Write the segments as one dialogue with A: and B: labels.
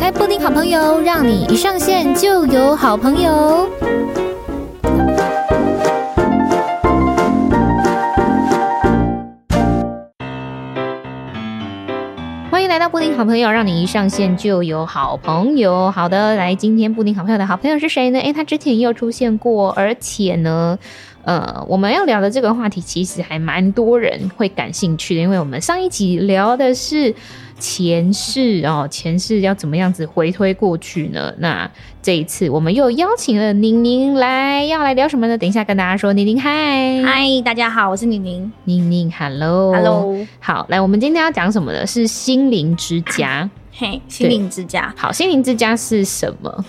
A: 开布丁好朋友，让你一上线就有好朋友。欢迎来到布丁好朋友，让你一上线就有好朋友。好的，来，今天布丁好朋友的好朋友是谁呢？诶，他之前也有出现过，而且呢，呃，我们要聊的这个话题其实还蛮多人会感兴趣的，因为我们上一集聊的是前世哦，前世要怎么样子回推过去呢？那这一次我们又邀请了宁宁来，要来聊什么呢？等一下跟大家说，宁宁嗨，
B: 嗨，大家好，我是宁宁。
A: 宁宁 hello
B: Hello，
A: 好，来，我们今天要讲什么呢？是心灵之家。
B: 嘿，心灵之家，
A: 好，心灵之家是什么？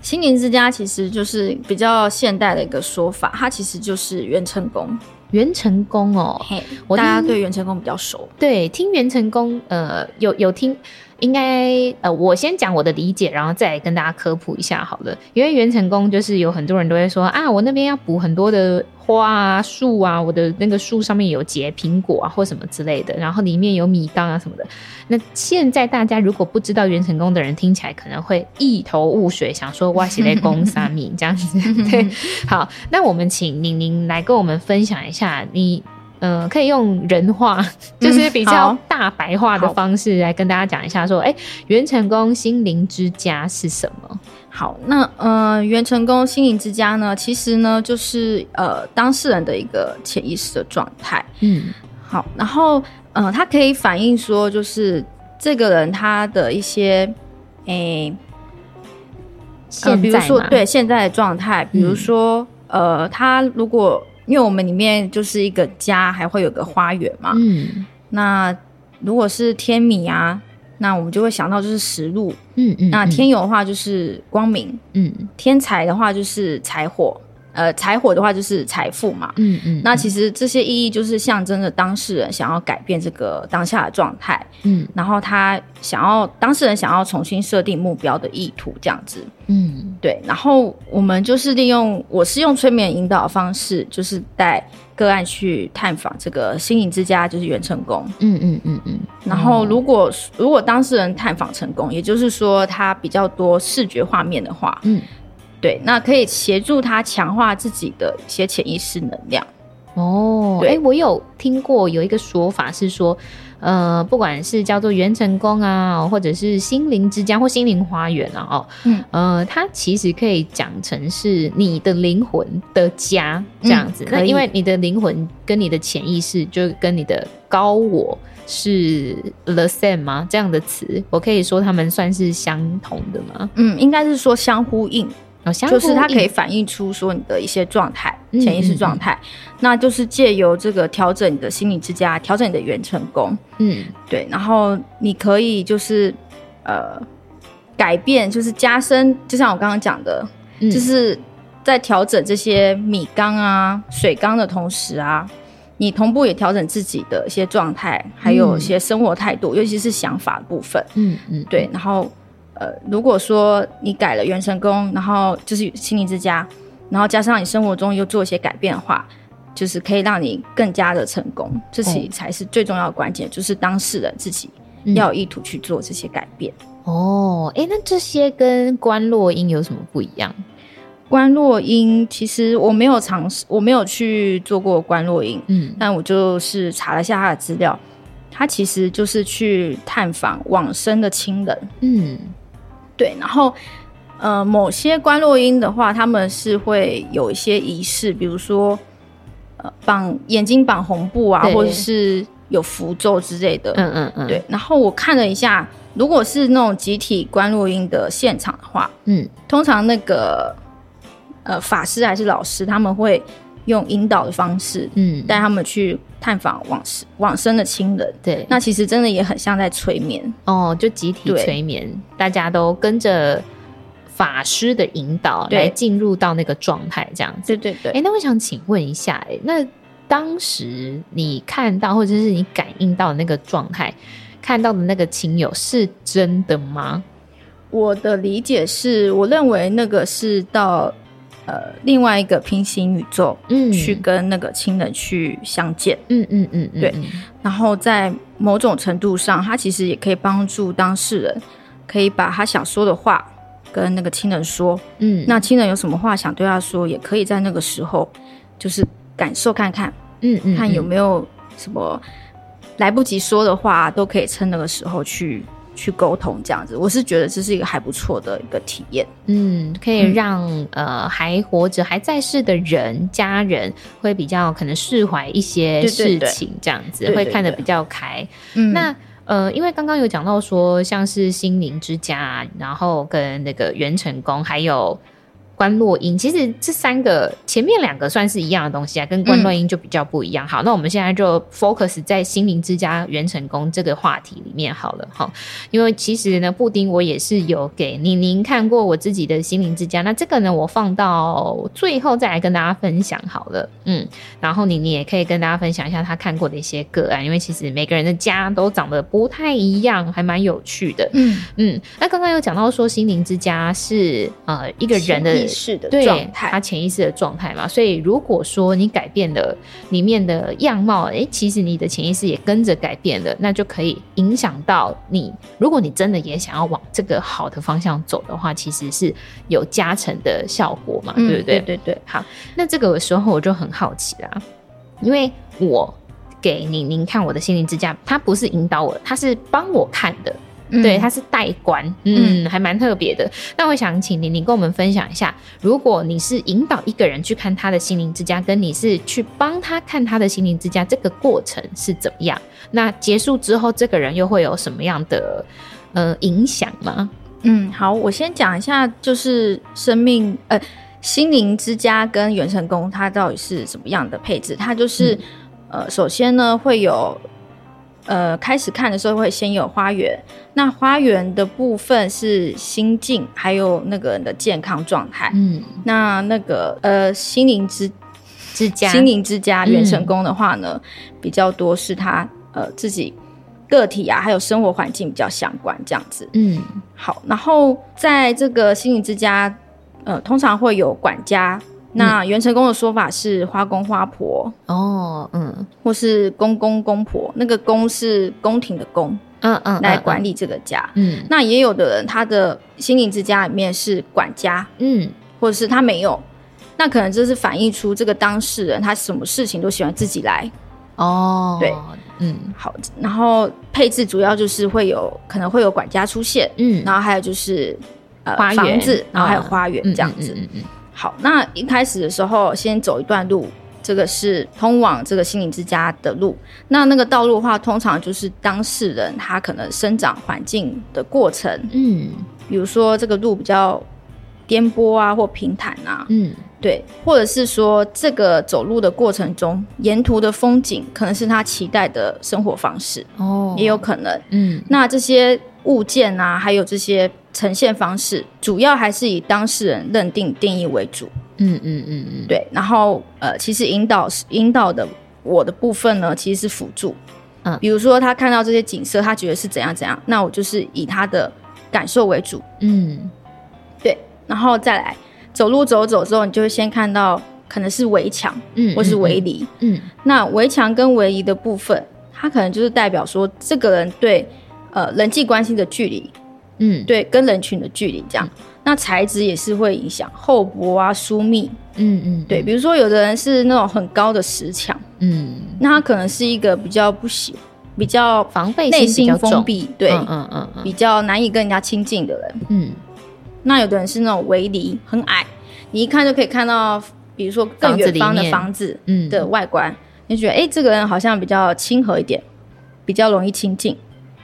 B: 心灵之家其实就是比较现代的一个说法，它其实就是元成功。
A: 元成功哦，
B: 嘿，
A: 我
B: 大家
A: 听
B: 对元成功比较熟。
A: 对，听元成功，呃，有有听，应该呃，我先讲我的理解，然后再跟大家科普一下好了。因为元成功就是有很多人都会说啊，我那边要补很多的花啊、树啊，我的那个树上面有结苹果啊或什么之类的，然后里面有米缸啊什么的。那现在大家如果不知道元成功的人，听起来可能会一头雾水，想说哇，写在公三米这样子。对，好，那我们请宁宁来跟我们分享一下你。呃，可以用人话， 就是比较
B: 好
A: 大白话的方式来跟大家讲一下，说，哎、元成功心灵之家是什么？
B: 好，那呃，元成功心灵之家呢，其实呢就是呃当事人的一个潜意识的状态。
A: 嗯
B: 好，然后呃，它可以反映说，就是这个人他的一些诶。
A: 现在、
B: 呃、比如说对，现在的状态，比如
A: 嗯
B: 说、呃，他如果因为我们里面就是一个家，还会有个花园嘛，
A: 嗯
B: 那如果是天米啊，那我们就会想到就是食禄；
A: 嗯嗯，
B: 那天有的话就是光明，
A: 嗯，嗯
B: 天才的话就是财火，呃，财火的话就是财富嘛。
A: 嗯嗯，
B: 那其实这些意义就是象征着当事人想要改变这个当下的状态，
A: 嗯
B: 然后他想要当事人想要重新设定目标的意图这样子。
A: 嗯
B: 对，然后我们就是利用，我是用催眠引导的方式，就是带个案去探访这个心灵之家，就是元成功。
A: 嗯嗯嗯嗯，
B: 然后如果、如果当事人探访成功，也就是说他比较多视觉画面的话，
A: 嗯
B: 对，那可以协助他强化自己的一些潜意识能量。
A: 哦，哎、
B: 对
A: 我有听过有一个说法是说，呃，不管是叫做元成功啊，或者是心灵之家或心灵花园啊，哦，
B: 嗯，
A: 呃，它其实可以讲成是你的灵魂的家这样子。
B: 嗯
A: 那
B: 可以
A: 因为你的灵魂跟你的潜意识，就跟你的高我是 the same 吗？这样的词，我可以说他们算是相同的吗？
B: 嗯，应该是说相呼应，
A: 哦，相
B: 就是它
A: 互
B: 可以
A: 应
B: 反映出说你的一些状态
A: 嗯，
B: 潜意识
A: 嗯
B: 状态，那就是借由这个调整你的心灵之家，调整你的元成功。
A: 嗯
B: 对，然后你可以就是呃改变，就是加深，就像我刚刚讲的，
A: 嗯，
B: 就是在调整这些米缸啊、水缸的同时啊，你同步也调整自己的一些状态，还有一些生活态度，尤其是想法部分。
A: 嗯嗯，
B: 对，然后呃，如果说你改了元成功，然后就是心灵之家，然后加上你生活中又做一些改变的话，就是可以让你更加的成功。这
A: 哦
B: 其才是最重要的关键，就是当事人自己
A: 嗯
B: 要有意图去做这些改变。
A: 哦，哎、那这些跟观落音有什么不一样？
B: 观落音，其实我没有尝试，我没有去做过观落音，
A: 嗯
B: 但我就是查了一下他的资料，他其实就是去探访往生的亲人，
A: 嗯
B: 对，然后呃，某些观落音的话，他们是会有一些仪式，比如说呃绑眼睛绑红布啊，
A: 对
B: 或者是有符咒之类的。
A: 嗯嗯嗯，，
B: 对，然后我看了一下，如果是那种集体观落音的现场的话，
A: 嗯
B: 通常那个呃法师还是老师，他们会用引导的方式
A: 嗯，
B: 带他们去探访往世往生的亲人。
A: 对，
B: 那其实真的也很像在催眠，
A: 哦，就集体
B: 对
A: 催眠，大家都跟着法师的引导
B: 对
A: 来进入到那个状态，这样子。
B: 对对对
A: 哎、，那我想请问一下、诶那当时你看到或者是你感应到的那个状态，看到的那个亲友是真的吗？
B: 我的理解是，我认为那个是到呃另外一个平行宇宙
A: 嗯
B: 去跟那个亲人去相见，
A: 嗯嗯嗯嗯，
B: 对然后在某种程度上，它其实也可以帮助当事人可以把他想说的话跟那个亲人说。
A: 嗯，
B: 那亲人有什么话想对他说，也可以在那个时候就是感受看看，
A: 嗯嗯，
B: 看有
A: 嗯
B: 没有什么来不及说的话，都可以趁那个时候去去沟通。这样子，我是觉得这是一个还不错的一个体验。
A: 嗯，可以
B: 嗯
A: 让、呃还活着还在世的人家人会比较可能释怀一些
B: 对
A: 事
B: 对对
A: 情，这样子
B: 对对
A: 会看得
B: 对
A: 比较开。
B: 嗯
A: 那呃，因为刚刚有讲到说，像是心灵之家，然后跟那个元成功，还有关洛英，其实这三个前面两个算是一样的东西啊，
B: 嗯
A: 跟关洛英就比较不一样。好，那我们现在就 focus 在心灵之家、元成功这个话题里面好了哈。因为其实呢，布丁我也是有给宁宁看过我自己的心灵之家，那这个呢，我放到最后再来跟大家分享好了。嗯，然后宁宁也可以跟大家分享一下她看过的一些个案，因为其实每个人的家都长得不太一样，还蛮有趣的。
B: 嗯，
A: 嗯，那刚刚有讲到说心灵之家是呃一个人的
B: 潜意识的
A: 对
B: 状态
A: 他，潜意识的状态嘛，所以如果说你改变了里面的样貌，诶，其实你的潜意识也跟着改变了，那就可以影响到你。如果你真的也想要往这个好的方向走的话，其实是有加成的效果嘛，
B: 嗯
A: 对不对？
B: 对对对，
A: 那这个时候我就很好奇啦，因为我给宁宁看我的心灵之家，他不是引导我，他是帮我看的。
B: 嗯
A: 对，它是代管，嗯，还蛮特别的。那我想请您，您跟我们分享一下，如果你是引导一个人去看他的心灵之家，跟你是去帮他看他的心灵之家，这个过程是怎么样？那结束之后，这个人又会有什么样的呃影响吗？
B: 嗯，好，我先讲一下，就是生命呃心灵之家跟元成功，它到底是什么样的配置？它就是、呃，首先呢会有呃开始看的时候会先有花园，那花园的部分是心境，还有那个人的健康状态。
A: 嗯，
B: 那那个呃心灵之
A: 之家，
B: 心灵之家
A: 嗯
B: 元成功的话呢，比较多是他呃自己个体啊，还有生活环境比较相关这样子。
A: 嗯
B: 好，然后在这个心灵之家，呃，通常会有管家。
A: 嗯
B: 那元成功的说法是花公花婆，
A: 哦，嗯
B: 或是公公公婆，那个公是宫廷的公，
A: 嗯嗯，
B: 来
A: 嗯
B: 管，理这个家。
A: 嗯
B: 那也有的人他的心灵之家里面是管家，
A: 嗯
B: 或者是他没有，那可能这是反映出这个当事人他什么事情都喜欢自己来。
A: 哦，
B: 对，
A: 嗯
B: 好，然后配置主要就是会有可能会有管家出现，
A: 嗯，
B: 然后还有就是呃
A: 花园
B: 房子，然后还
A: 嗯
B: 有花园这样子。
A: 嗯嗯
B: 好，那一开始的时候，先走一段路，这个是通往这个心灵之家的路。那那个道路的话，通常就是当事人他可能生长环境的过程，
A: 嗯
B: 比如说这个路比较颠簸啊，或平坦啊，
A: 嗯
B: 对，或者是说这个走路的过程中，沿途的风景可能是他期待的生活方式，
A: 嗯，哦，
B: 也有可能。
A: 嗯
B: 那这些物件啊，还有这些呈现方式，主要还是以当事人认定定义为主。
A: 嗯嗯嗯嗯，
B: 对，然后呃，其实引导引导的我的部分呢，其实是辅助。
A: 嗯
B: 比如说他看到这些景色，他觉得是怎样怎样，那我就是以他的感受为主，
A: 嗯
B: 对，然后再来走路走走之后，你就会先看到可能是围墙
A: 嗯，
B: 或是围
A: 篱，
B: 篱。
A: 嗯
B: 那围墙跟围篱的部分，它可能就是代表说这个人对呃人际关系的距离，
A: 嗯
B: 对跟人群的距离这样。那材质也是会影响厚薄啊、疏密，
A: 嗯嗯，
B: 对，，比如说有的人是那种很高的石墙，
A: 嗯，
B: 那他可能是一个比较不喜、比较
A: 防备心
B: 内
A: 比
B: 心
A: 较
B: 封
A: 重，
B: 闭，对，
A: 嗯嗯
B: 比
A: 嗯
B: 较难以跟人家亲近的人。
A: 嗯，
B: 那有的人是那种围篱很矮，你一看就可以看到，比如说更远方的
A: 房
B: 房子
A: 嗯
B: 的外观，你就觉得哎、诶这个人好像比较亲和一点，比较容易亲近，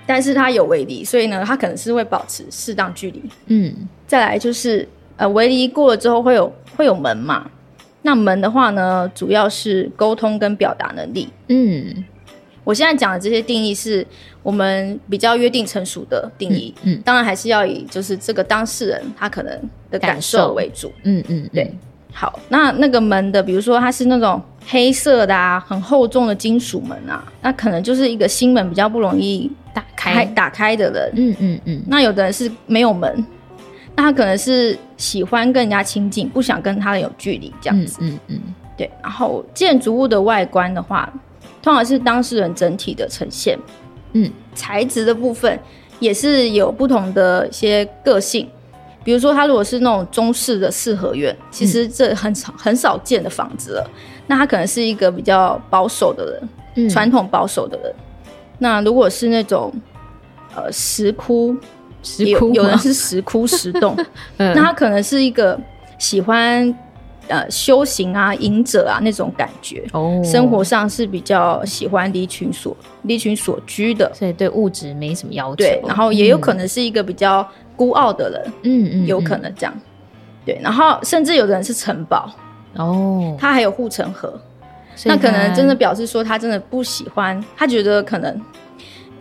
B: 但是他有围篱，所以呢，他可能是会保持适当距离。
A: 嗯
B: 再来就是呃，围篱过了之后会有会有门嘛，那门的话呢，主要是沟通跟表达能力。
A: 嗯
B: 我现在讲的这些定义是我们比较约定成熟的定义，
A: 嗯
B: 当然还是要以就是这个当事人他可能的感
A: 感受
B: 受为主。
A: 嗯嗯，，
B: 好，那那个门的，比如说它是那种黑色的啊，很厚重的金属门啊，那可能就是一个心门比较不容易
A: 打
B: 开
A: 开，
B: 打开的人。
A: 嗯嗯嗯
B: 那有的人是没有门，那他可能是喜欢跟人家亲近，不想跟他人有距离这样
A: 嗯
B: 子。
A: 嗯嗯
B: 对，然后建筑物的外观的话，通常是当事人整体的呈现。
A: 嗯，
B: 材质的部分也是有不同的一些个性。比如说，它如果是那种中式的四合院，其实这很少很少见的房子了。那他可能是一个比较保守的人，
A: 嗯
B: 传统保守的人。那如果是那种呃石窟，
A: 石
B: 有
A: 窟
B: 有人
A: 吗
B: 是石窟石 洞，
A: 嗯
B: 那他可能是一个喜欢呃修行啊、隐者啊那种感觉。
A: 哦
B: 生活上是比较喜欢离群所离群所居的，
A: 所以对物质没什么要求，
B: 对，然后也有可
A: 能，
B: 能是一个比较孤傲的人，
A: 嗯嗯，
B: 有可
A: 嗯
B: 能这样。对，然后甚至有的人是城堡，
A: 哦，
B: 他还有护城河，
A: 所以
B: 那可能
A: 他
B: 真的表示说他真的不喜欢，他觉得可能，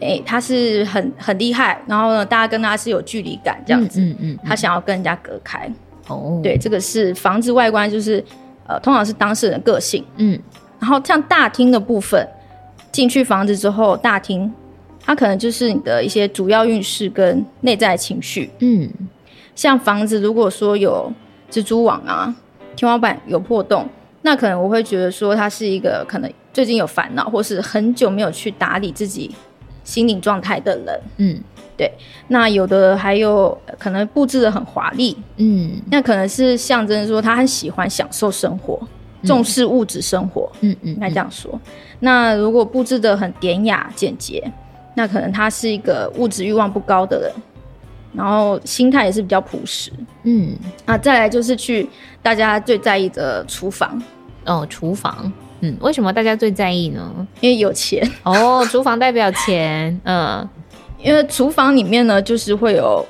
B: 哎、他是很很厉害，然后呢，大家跟他是有距离感这样子，
A: 嗯嗯，嗯
B: 他想要跟人家隔开。
A: 哦，
B: 对，，这个是房子外观，就是呃，通常是当事人的个性。
A: 嗯
B: 然后像大厅的部分，进去房子之后，大厅它可能就是你的一些主要运势跟内在情绪。
A: 嗯
B: 像房子如果说有蜘蛛网啊，天花板有破洞，那可能我会觉得说它是一个可能最近有烦恼，或是很久没有去打理自己心灵状态的人。
A: 嗯
B: 那有的还有呃可能布置的很华丽，
A: 嗯
B: 那可能是象征说他很喜欢享受生活，重视物质生活。
A: 嗯嗯，
B: 应该这样说。那如果布置的很典雅简洁，那可能他是一个物质欲望不高的人，然后心态也是比较朴实。
A: 嗯
B: 啊，再来就是去大家最在意的厨房，
A: 哦，厨房，嗯，为什么大家最在意呢？
B: 因为有钱，
A: 哦，厨房代表钱，嗯
B: 因为厨房里面呢就是会有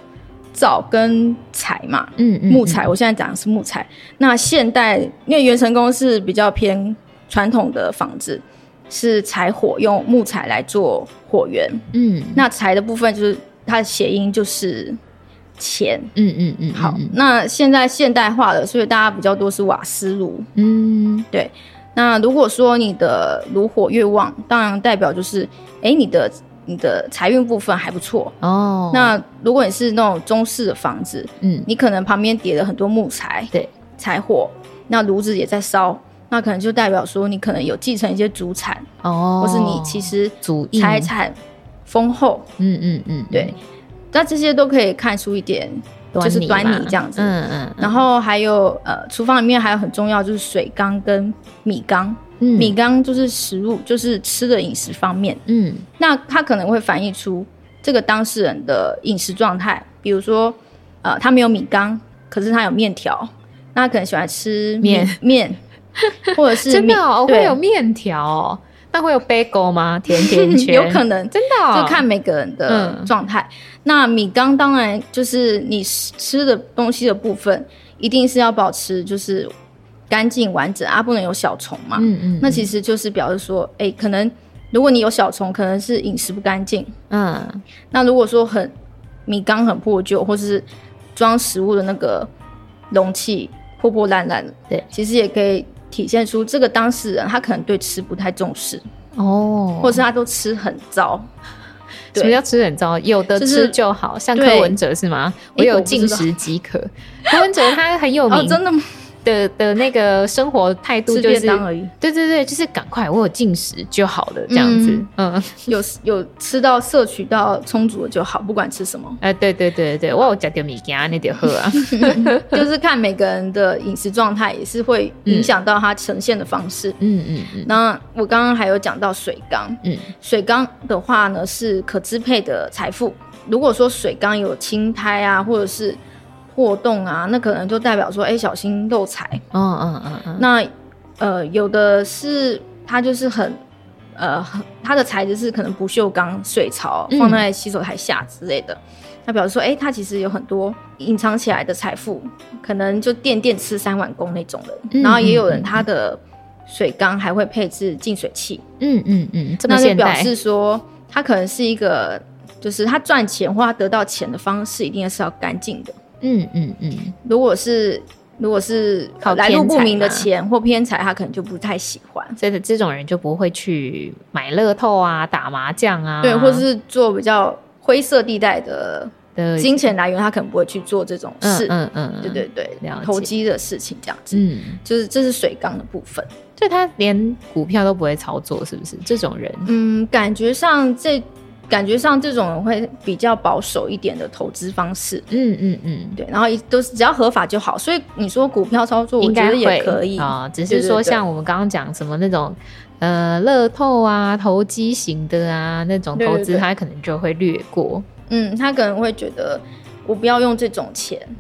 B: 灶跟柴嘛，
A: 嗯嗯，
B: 木材。我现在讲的是木材。那现代因为元成宫是比较偏传统的房子，是柴火用木材来做火源，
A: 嗯，嗯
B: 那财的部分就是它的谐音就是钱。
A: 嗯嗯嗯，
B: 好，
A: 嗯
B: 那现在现代化了，所以大家比较多是瓦斯炉。
A: 嗯
B: 那如果说你的炉火越旺，当然代表就是，哎、你的你的财运部分还不错。
A: 哦，
B: 那如果你是那种中式的房子，
A: 嗯
B: 你可能旁边叠了很多木材，
A: 对，
B: 柴火，那炉子也在烧，那可能就代表说你可能有继承一些祖产，
A: 哦，
B: 或是你其实
A: 主意
B: 财，产丰厚，
A: 嗯嗯嗯，
B: 对，那这些都可以看出一点，
A: 嗯，
B: 就是
A: 嘛
B: 端倪这样子。
A: 嗯嗯，
B: 然后还有呃，厨房里面还有很重要就是水缸跟米缸，
A: 嗯
B: 米，缸就是食物，就是吃的饮食方面。
A: 嗯
B: 那它可能会反映出这个当事人的饮食状态，比如说呃，他没有米缸，可是他有面条，那他可能喜欢吃
A: 面
B: 面， 或者是
A: 真的
B: 面
A: 哦，
B: 对
A: 会有面条哦，那会有 bagel 吗？甜甜圈，
B: 有可能
A: 真的哦，
B: 就看每个人的
A: 嗯
B: 状态。那米缸当然就是你吃吃的东西的部分，一定是要保持就是干净完整啊，不能有小虫嘛。
A: 嗯，嗯嗯，
B: 那其实就是表示说，哎、可能如果你有小虫，可能是饮食不干净。
A: 嗯
B: 那如果说很米缸很破旧，或是装食物的那个容器破破烂烂的，
A: 对，
B: 其实也可以体现出这个当事人他可能对吃不太重视，
A: 哦，
B: 或是他都吃很糟。
A: 什么叫吃很糟？有的
B: 就是
A: 吃就好，像柯
B: 对
A: 文哲是吗？
B: 诶
A: 我
B: 我
A: 有
B: 不知
A: 进
B: 道
A: 食即可。柯文哲他很有
B: 哦，
A: 名
B: 真的吗？
A: 的的那个生活态度
B: 吃
A: 就
B: 便
A: 是，
B: 当而已，
A: 对对对，就是赶快我有进食就好了这样子
B: 嗯。
A: 嗯，
B: 有有吃到摄取到充足的就好，不管吃 什么，
A: 哎，对对对对，我有加点米羹，那点喝啊。
B: 就是看每个人的饮食状态也是会影响到他呈现的方式。
A: 嗯嗯嗯
B: 那我刚刚还有讲到水缸，
A: 嗯
B: 水缸的话呢是可支配的财富。如果说水缸有青苔啊，或者是破洞啊，那可能就代表说，哎、小心漏财。
A: 嗯嗯嗯嗯，
B: 那呃，有的是它就是很呃，很它的材质是可能不锈钢水槽
A: 嗯
B: 放在洗手台下之类的，那表示说，哎、它其实有很多隐藏起来的财富，可能就垫垫吃三碗公那种人，
A: 嗯
B: 然后也有
A: 嗯
B: 人
A: 嗯
B: 他的水缸还会配置净水器，
A: 嗯嗯嗯，这么
B: 那就
A: 现
B: 表
A: 代。
B: 示说，他可能是一个。就是他赚钱或他得到钱的方式，一定是要干净的。
A: 嗯嗯嗯，
B: 如果是如果是
A: 靠
B: 来路
A: 偏
B: 不
A: 财
B: 明的
A: 嘛
B: 钱或偏财，他可能就不太喜欢。
A: 所以这种人就不会去买乐透啊、打麻将啊，
B: 对，或是做比较灰色地带的
A: 的
B: 金钱来源，他可能不会去做这种
A: 嗯
B: 事。
A: 嗯嗯，嗯
B: 对对，对
A: 了，解
B: 投机的事情这样子，
A: 嗯。
B: 就是这是水缸的部分。
A: 所以他连股票都不会操作，是不是？这种人，
B: 嗯，感觉上这感觉上这种人会比较保守一点的投资方式，
A: 嗯嗯嗯，
B: 对，然后一都是只要合法就好。所以你说股票操作，我
A: 应
B: 觉
A: 该
B: 得
A: 会
B: 也可以
A: 啊、只
B: 对
A: 是
B: 对
A: 说
B: 对
A: 像我们刚刚讲什么那种。呃，乐透啊，投机型的啊，那种
B: 对
A: 投
B: 对
A: 资，
B: 对
A: 它可能就会略过。
B: 嗯，他可能会觉得我不要用这种钱。
A: 嗯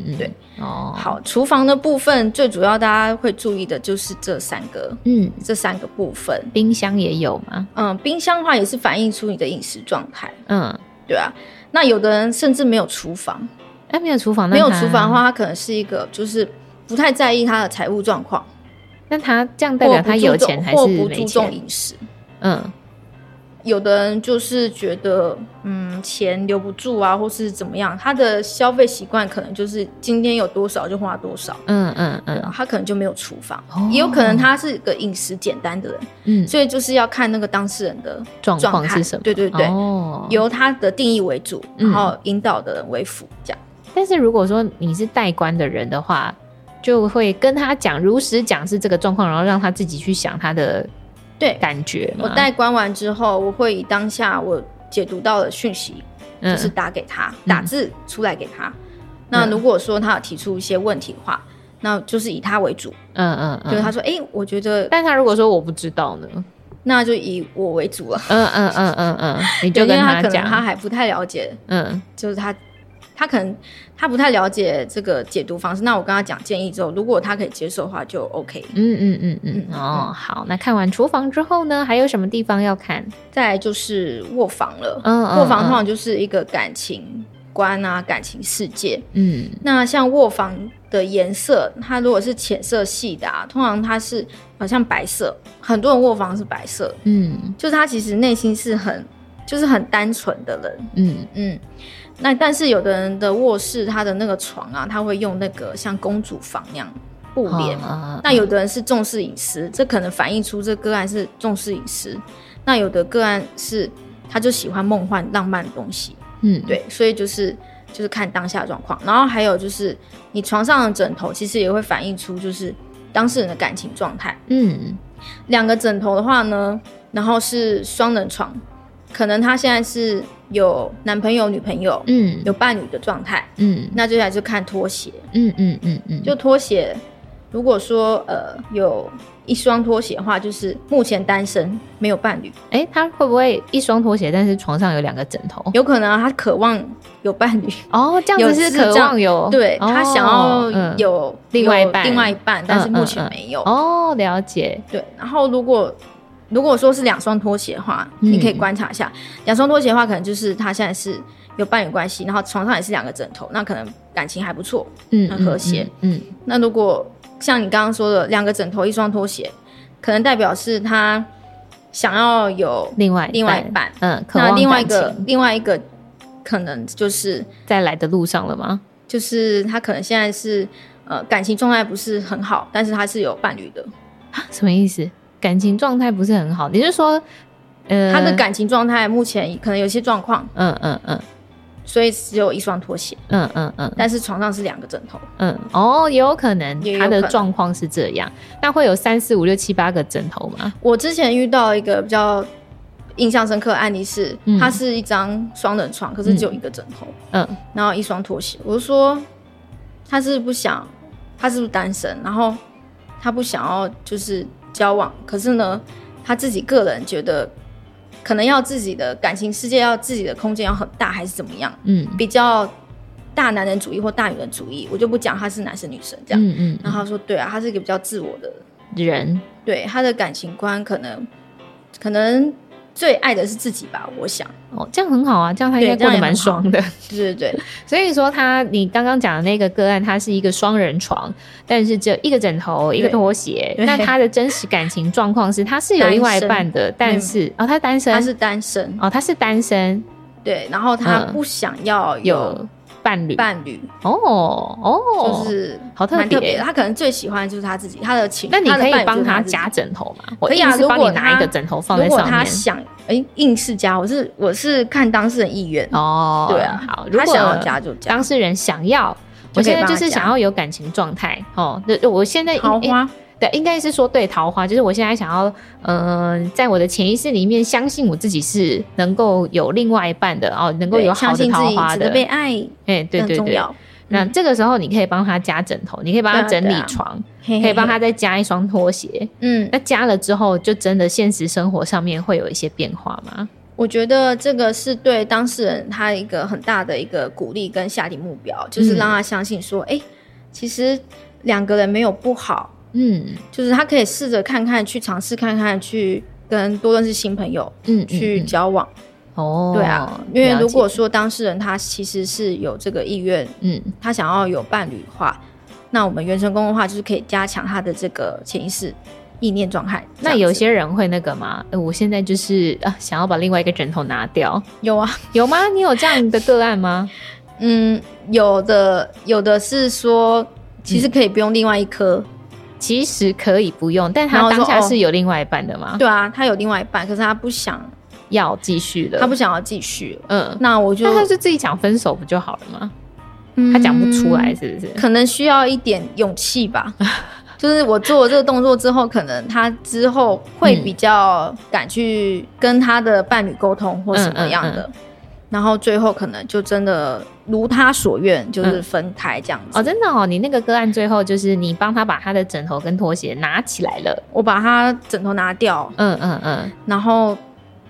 A: 嗯嗯，
B: 对，
A: 哦，，
B: 好，厨房的部分最主要大家会注意的就是这三个，
A: 嗯，
B: 这三个部分。
A: 冰箱也有嘛，
B: 嗯，冰箱的话也是反映出你的饮食状态，
A: 嗯，
B: 对啊。那有的人甚至没有厨房，
A: 哎、没有厨房，那
B: 没有
A: 它
B: 厨房的，话，他可能是一个就是不太在意他的财务状况，
A: 那他这样代
B: 或
A: 表
B: 不
A: 他有
B: 注
A: 钱
B: 重
A: 还
B: 或
A: 是
B: 不
A: 没
B: 注重
A: 钱？
B: 饮食。
A: 嗯
B: 有的人就是觉得，嗯，钱留不住啊，或是怎么样，他的消费习惯可能就是今天有多少就花多少，
A: 嗯嗯
B: 对啊
A: 嗯
B: 他可能就没有厨房，
A: 哦
B: 也有可能他是个饮食简单的人，
A: 嗯，
B: 所以就是要看那个当事人的
A: 状况
B: 状态
A: 是什么？
B: 对对对，
A: 哦，
B: 由他的定义为主，
A: 嗯
B: 然后引导的人为辅，这样。
A: 但是如果说你是代官的人的话，就会跟他讲，如实讲是这个状况，然后让他自己去想他的
B: 对
A: 感觉嘛。
B: 我代观完之后，我会以当下我解读到的讯息，
A: 嗯
B: 就是打给他，打字出来给他。那
A: 嗯
B: 如果说他有提出一些问题的话，那就是以他为主，
A: 嗯嗯
B: 就是他
A: 嗯。
B: 说，哎、我觉得
A: 但他如果说我不知道呢？
B: 那就以我为主了，
A: 嗯嗯嗯嗯嗯，你就
B: 因为
A: 跟
B: 他可能
A: 讲，
B: 他还不太了解，
A: 嗯
B: 就是他。他可能他不太了解这个解读方式，那我跟他讲建议之后，如果他可以接受的话，就 OK。
A: 嗯嗯嗯嗯
B: 嗯
A: 嗯，哦，好，那看完厨房之后呢，还有什么地方要看？
B: 再来就是卧房了，
A: 嗯嗯
B: 卧房通
A: 嗯
B: 常就是一个感情观啊、感情世界。
A: 嗯
B: 那像卧房的颜色，它如果是浅色系的啊，通常它是好像白色，很多人卧房是白色，
A: 嗯
B: 就是他其实内心是很就是很单纯的人，
A: 嗯
B: 嗯。那但是有的人的卧室，他的那个床啊，他会用那个像公主房那样布帘，
A: 啊
B: 那有的人是重视隐私，这可能反映出这个案是重视隐私。那有的个案是他就喜欢梦幻浪漫的东西，
A: 嗯
B: 对，所以就是就是看当下的状况。然后还有就是你床上的枕头，其实也会反映出就是当事人的感情状态。
A: 嗯
B: 两个枕头的话呢，然后是双人床，可能他现在是有男朋友、女朋友、
A: 嗯
B: 有伴侣的状态。
A: 嗯
B: 那接下来就看拖鞋，
A: 嗯嗯嗯嗯，
B: 就拖鞋，如果说呃有一双拖鞋的话，就是目前单身没有伴侣，
A: 哎，他会不会一双拖鞋，但是床上有两个枕头？
B: 有可能啊、他渴望有伴侣，
A: 哦，这样子
B: 有
A: 是
B: 是
A: 渴
B: 这样
A: 望有，
B: 对
A: 哦
B: 他想要
A: 嗯
B: 有、
A: 另外一半嗯
B: 有另外一半，但是目前没有。
A: 哦，了解，
B: 对，然后如果如果说是两双拖鞋的话，
A: 嗯
B: 你可以观察一下，两双拖鞋的话，可能就是他现在是有伴侣关系，然后床上也是两个枕头，那可能感情还不错。
A: 嗯，
B: 很和谐
A: 嗯，
B: 那如果像你刚刚说的，两个枕头一双拖鞋，可能代表是他想要有
A: 另外
B: 另外一，半。
A: 嗯，渴
B: 那
A: 望
B: 另外一
A: 感
B: 个
A: 情
B: 另外一个可能就是
A: 在来的路上了吗？
B: 就是他可能现在是呃感情状态不是很好，但是他是有伴侣的，
A: 啊什么意思？感情状态不是很好，你是说，呃，
B: 他的，感情状态目前可能有些状况，
A: 嗯嗯嗯
B: 所以只有一双拖鞋，
A: 嗯嗯嗯
B: 但是床上是两个枕头。
A: 嗯，哦，也有可能
B: 也有
A: 他的
B: 可能
A: 状况是这样，那会有三四五六七八个枕头吗？
B: 我之前遇到一个比较印象深刻的案例是，
A: 嗯
B: 它是一张双人床，可是只有一个枕头。
A: 嗯
B: 然后一双拖鞋。我就说他是不想，他是不是单身？然后他不想要就是交往，可是呢，他自己个人觉得可能要自己的感情世界，要自己的空间要很大，还是怎么样？
A: 嗯
B: 比较大男人主义或大女人主义，我就不讲他是男生女生这样。
A: 嗯嗯
B: 然后他说，对啊，他是一个比较自我的
A: 嗯，
B: 人，
A: 人，
B: 对他的感情观可能可能最爱的是自己吧，我想。
A: 哦，这样很好啊，这样他应
B: 对
A: 该过
B: 这样
A: 得
B: 也
A: 蛮
B: 很好
A: 爽的。
B: 对对对，
A: 所以说他，你刚刚讲的那个个案，他是一个双人床，但是只有一个枕头，一个拖鞋。
B: 对
A: 那他的真实感情状况是，他是有另外一半的，但是哦，他单身，
B: 他是单身，
A: 哦，他是单身
B: 对，然后他
A: 嗯
B: 不想要有
A: 有伴侣
B: 伴侣，
A: 哦哦，
B: 就是
A: 好特
B: 蛮
A: 别
B: 特别的。他可能最喜欢的就是他自己，他的情。
A: 那你
B: 他的
A: 可以
B: 伴侣就
A: 帮
B: 是他
A: 他
B: 自己
A: 夹。枕头吗？我
B: 可以
A: 硬
B: 啊
A: 是帮
B: 如
A: 你
B: 果
A: 拿一个
B: 他
A: 枕头放在
B: 如果
A: 上
B: 他
A: 面。
B: 想，哎、硬是加，我是我是看当事人意愿。
A: 哦，
B: 对啊，
A: 好，如
B: 他
A: 果
B: 想要加就加
A: 当。事人想要，我
B: 就可以
A: 现在
B: 帮
A: 就
B: 他
A: 是
B: 夹
A: 想要有感情状态哦，那我现在
B: 桃
A: 诶
B: 花，
A: 对，应该是说对桃花，就是我现在想要，呃，在我的潜意识里面相信我自己是能够有另外一半的哦，能够
B: 对
A: 有好
B: 相
A: 的
B: 信自
A: 桃
B: 己
A: 花
B: 值
A: 的
B: 得，被爱
A: 哎，对
B: 更
A: 对
B: 重
A: 对。
B: 要。嗯
A: 那这个时候，你可以帮他加枕头，你可以帮他
B: 对啊
A: 整
B: 对
A: 理
B: 啊
A: 床，
B: 可
A: 可以帮他再加一双拖鞋。
B: 嗯，
A: 那加了之后，就真的现实生活上面会有一些变化吗？
B: 我觉得这个是对当事人他一个很大的一个鼓励跟下定目标，就
A: 嗯
B: 是让他相信说，哎、其实两个人没有不好，
A: 嗯
B: 就是他可以试着看看，去尝试看看，去跟多认识新朋友，
A: 嗯，嗯
B: 去
A: 嗯
B: 交往。
A: 哦，
B: 对啊，因为
A: 了
B: 如果
A: 解
B: 说当事人他其实是有这个意愿，
A: 嗯
B: 他想要有伴侣的话，那我们原成功的话就是可以加强他的这个潜意识意念状态。
A: 那
B: 这样
A: 有
B: 子
A: 些人会那个吗？呃我现在就是啊，想要把另外一个枕头拿掉，
B: 有啊，
A: 有吗？你有这样的个案吗？
B: 嗯，有的有的是说，其
A: 嗯
B: 实可以不用另外一颗，
A: 其实可以不用，但
B: 然
A: 他
B: 后说
A: 当下
B: 哦
A: 是有另外一半的吗？
B: 对啊，他有另外一半，可是他不想，
A: 要继续的，
B: 他不想要继续了。
A: 嗯，
B: 那我就
A: 那他就自己讲分手不就好了吗？
B: 嗯
A: 他讲不出来，是不是？
B: 可能需要一点勇气吧。 就是我做了这个动作之后，可能他之后会
A: 嗯
B: 比较敢去跟他的伴侣沟通或什么
A: 嗯
B: 样的，然后最后可能就真的如他所愿，就是分开这样
A: 嗯
B: 子。
A: 哦，真的哦，你那个个案最后就是你帮他把他的枕头跟拖鞋拿起来了，
B: 我把他枕头拿掉，
A: 嗯嗯嗯
B: 然后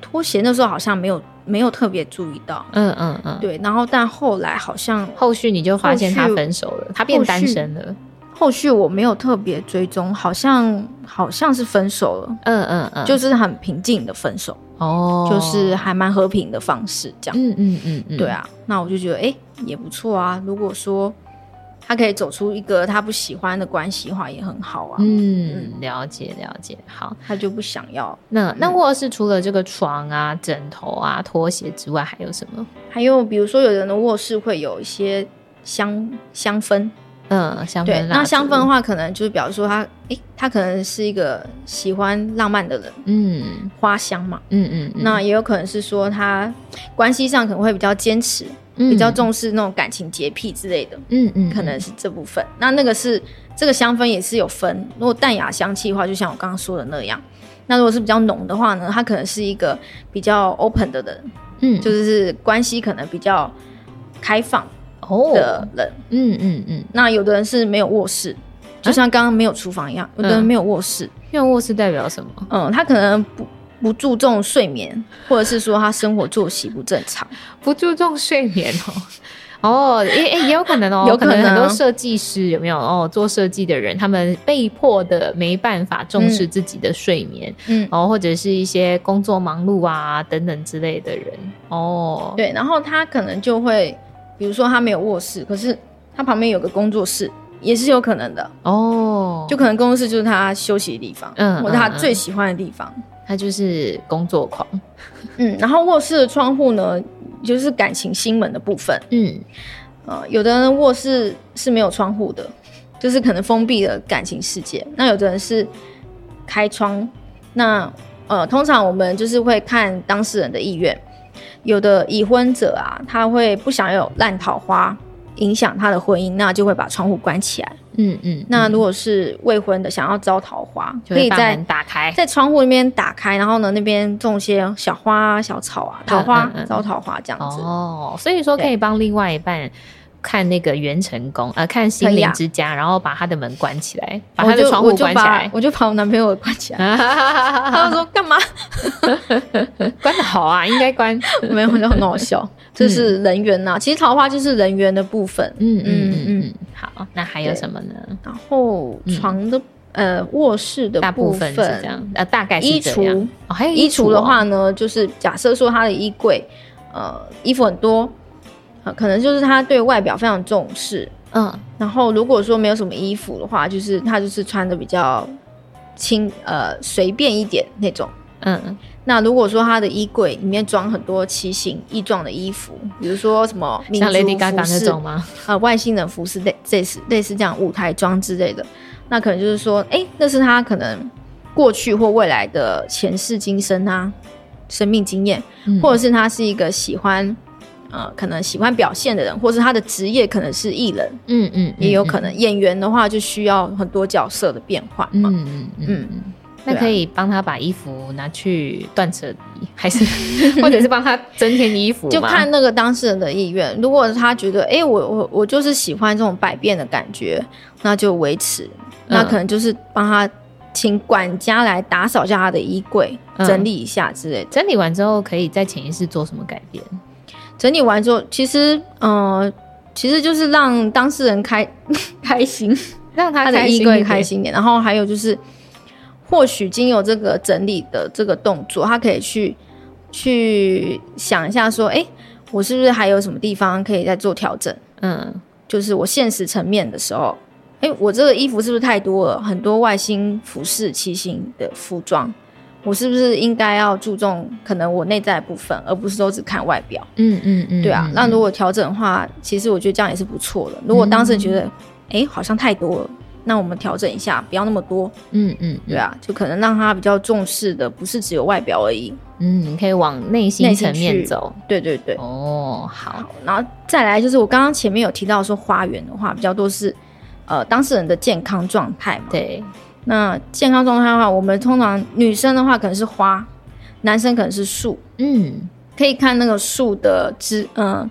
B: 拖鞋那时候好像没有没有特别注意到，
A: 嗯嗯嗯，
B: 对，然后但后来好像
A: 后续你就发现他
B: 后续
A: 分手了，他变
B: 后续
A: 单身了，
B: 后续我没有特别追踪，好像好像是分手了，
A: 嗯嗯嗯，
B: 就是很平静的分手。
A: 哦，
B: 就是还蛮和平的方式，这样。
A: 嗯嗯嗯嗯，
B: 对，啊，那我就觉得哎、诶也不错啊。如果说他可以走出一个他不喜欢的关系的话，也很好啊。
A: 嗯，了解了解，好。
B: 他就不想要。
A: 那那
B: 嗯
A: 卧室除了这个床啊、枕头啊、拖鞋之外，还有什么？
B: 还有比如说，有人的卧室会有一些香香氛，
A: 嗯，香
B: 对
A: 氛，蜡
B: 那香
A: 烛
B: 氛的，话，可能就是比方说他，哎、他可能是一个喜欢浪漫的人，
A: 嗯
B: 花香嘛。
A: 嗯嗯，嗯
B: 那也有可能是说他关系上可能会比较坚持，比较，重视那种感情洁癖之类的。
A: 嗯嗯嗯，
B: 可能是这部分。那那个是这个香氛也是有分，如果淡雅香气的话，就像我刚刚说的那样。那如果是比较浓的话呢，他可能是一个比较 open 的人，
A: 嗯，
B: 就是是关系可能比较开放
A: 哦，啊
B: 的人。
A: 嗯嗯嗯，
B: 那有的人是没有卧室，就像刚刚没有厨房一样，有
A: 嗯
B: 的人没有卧室，
A: 愿卧室代表什么？
B: 嗯他可能不不注重睡眠，或者是说他生活作息不正常。
A: 不注重睡眠哦。 哦，也、也也有可能哦，
B: 有
A: 可
B: 可能啊
A: 很多设计师有没有哦，做设计的人，他们被迫的没办法重视自己的睡眠，
B: 嗯，
A: 哦，或者是一些工作忙碌啊等等之类的人，哦，
B: 对，然后他可能就会，比如说他没有卧室，可是他旁边有个工作室，也是有可能的。
A: 哦，
B: 就可能工作室就是他休息的地方，
A: 嗯
B: 嗯，或者他
A: 嗯嗯
B: 最喜欢的地方，
A: 他就是工作狂，
B: 嗯，然后卧室的窗户呢，就是感情心门的部分，
A: 嗯，
B: 呃，有的人卧室是没有窗户的，就是可能封闭了感情世界，那有的人是开窗，那呃，通常我们就是会看当事人的意愿，有的已婚者啊，他会不想有烂桃花影响他的婚姻，那就会把窗户关起来。
A: 嗯嗯，
B: 那
A: 嗯
B: 如果是未婚的想要招桃花，
A: 就
B: 可
A: 会
B: 以
A: 把
B: 在
A: 门打开，
B: 在窗户那边打开，然后呢，那边种一些小花啊、小草啊、桃花
A: 嗯嗯、
B: 招桃花这样子。
A: 哦，所以说可以帮另外一半看那个元成功，呃，看心
B: 可以
A: 灵
B: 啊
A: 之家，然后把他的门关起来，把
B: 我
A: 他的
B: 就
A: 窗
B: 我
A: 户
B: 就
A: 关起
B: 把
A: 来。
B: 我就把我男朋友关起来，他
A: 他
B: 就说 干嘛？
A: 关的好啊，应该关。
B: 没有，就很好笑，就是人缘呐。其实桃花就是人缘的部分，
A: 嗯嗯嗯
B: 嗯
A: 嗯，好，那还有
B: 对
A: 什么呢？
B: 然后床的呃卧室的
A: 嗯大部分
B: 分
A: 是这样，呃，大概是
B: 衣
A: 这样
B: 橱。
A: 哦，还有
B: 衣橱的
A: 哦，
B: 话呢，就是假设说他的衣柜呃衣服很多，呃可能就是他对外表非常重视，
A: 嗯，
B: 然后如果说没有什么衣服的话，就是他就是穿的比较轻呃随便一点那种。
A: 嗯，
B: 那如果说他的衣柜里面装很多奇形异状的衣服，比如说什么民
A: 像
B: 族
A: Lady Gaga
B: 服
A: 那
B: 饰
A: 种吗？
B: 呃外星人服饰类类似类似这样舞台装之类的，那可能就是说，哎，那是他可能过去或未来的前世今生啊，生命经验，
A: 嗯
B: 或者是他是一个喜欢呃可能喜欢表现的人，或是他的职业可能是艺人，
A: 嗯嗯，
B: 也有可能演员的话就需要很多角色的变换
A: 嗯，
B: 嘛。
A: 嗯嗯嗯嗯。那
B: 对啊
A: 可以帮他把衣服拿去断舍离，还是或者是帮他增添衣服吗？
B: 就看那个当事人的意愿，如果他觉得，哎、我我我就是喜欢这种百变的感觉，那就维持。
A: 嗯
B: 那可能就是帮他请管家来打扫一下他的衣柜，
A: 嗯
B: 整理一下之类的。
A: 整理完之后，可以在潜意识做什么改变？
B: 整理完之后，其实，呃，其实就是让当事人开 开心，
A: 让他
B: 他的
A: 开心
B: 衣
A: 一
B: 柜
A: 点
B: 开。心点。然后还有就是，或许经由这个整理的这个动作，他可以去去想一下，说，哎、我是不是还有什么地方可以再做调整？
A: 嗯
B: 就是我现实层面的时候，哎、我这个衣服是不是太多了？很多外星服饰、骑行的服装，我是不是应该要注重可能我内在的部分，而不是都只看外表？
A: 嗯嗯嗯，
B: 对啊，那如果调整的话，其实我觉得这样也是不错的。如果当时觉
A: 嗯
B: 得，哎、好像太多了。那我们调整一下，不要那么多，
A: 嗯嗯
B: 对啊，就可能让他比较重视的不是只有外表而已，
A: 嗯，你可以往内心
B: 内心
A: 层面
B: 去
A: 走。
B: 对对对。
A: 哦，好，
B: 然后再来就是我刚刚前面有提到说花园的话，比较多是呃当事人的健康状态嘛。
A: 对，
B: 那健康状态的话，我们通常女生的话可能是花，男生可能是树，
A: 嗯
B: 可以看那个树的枝，呃，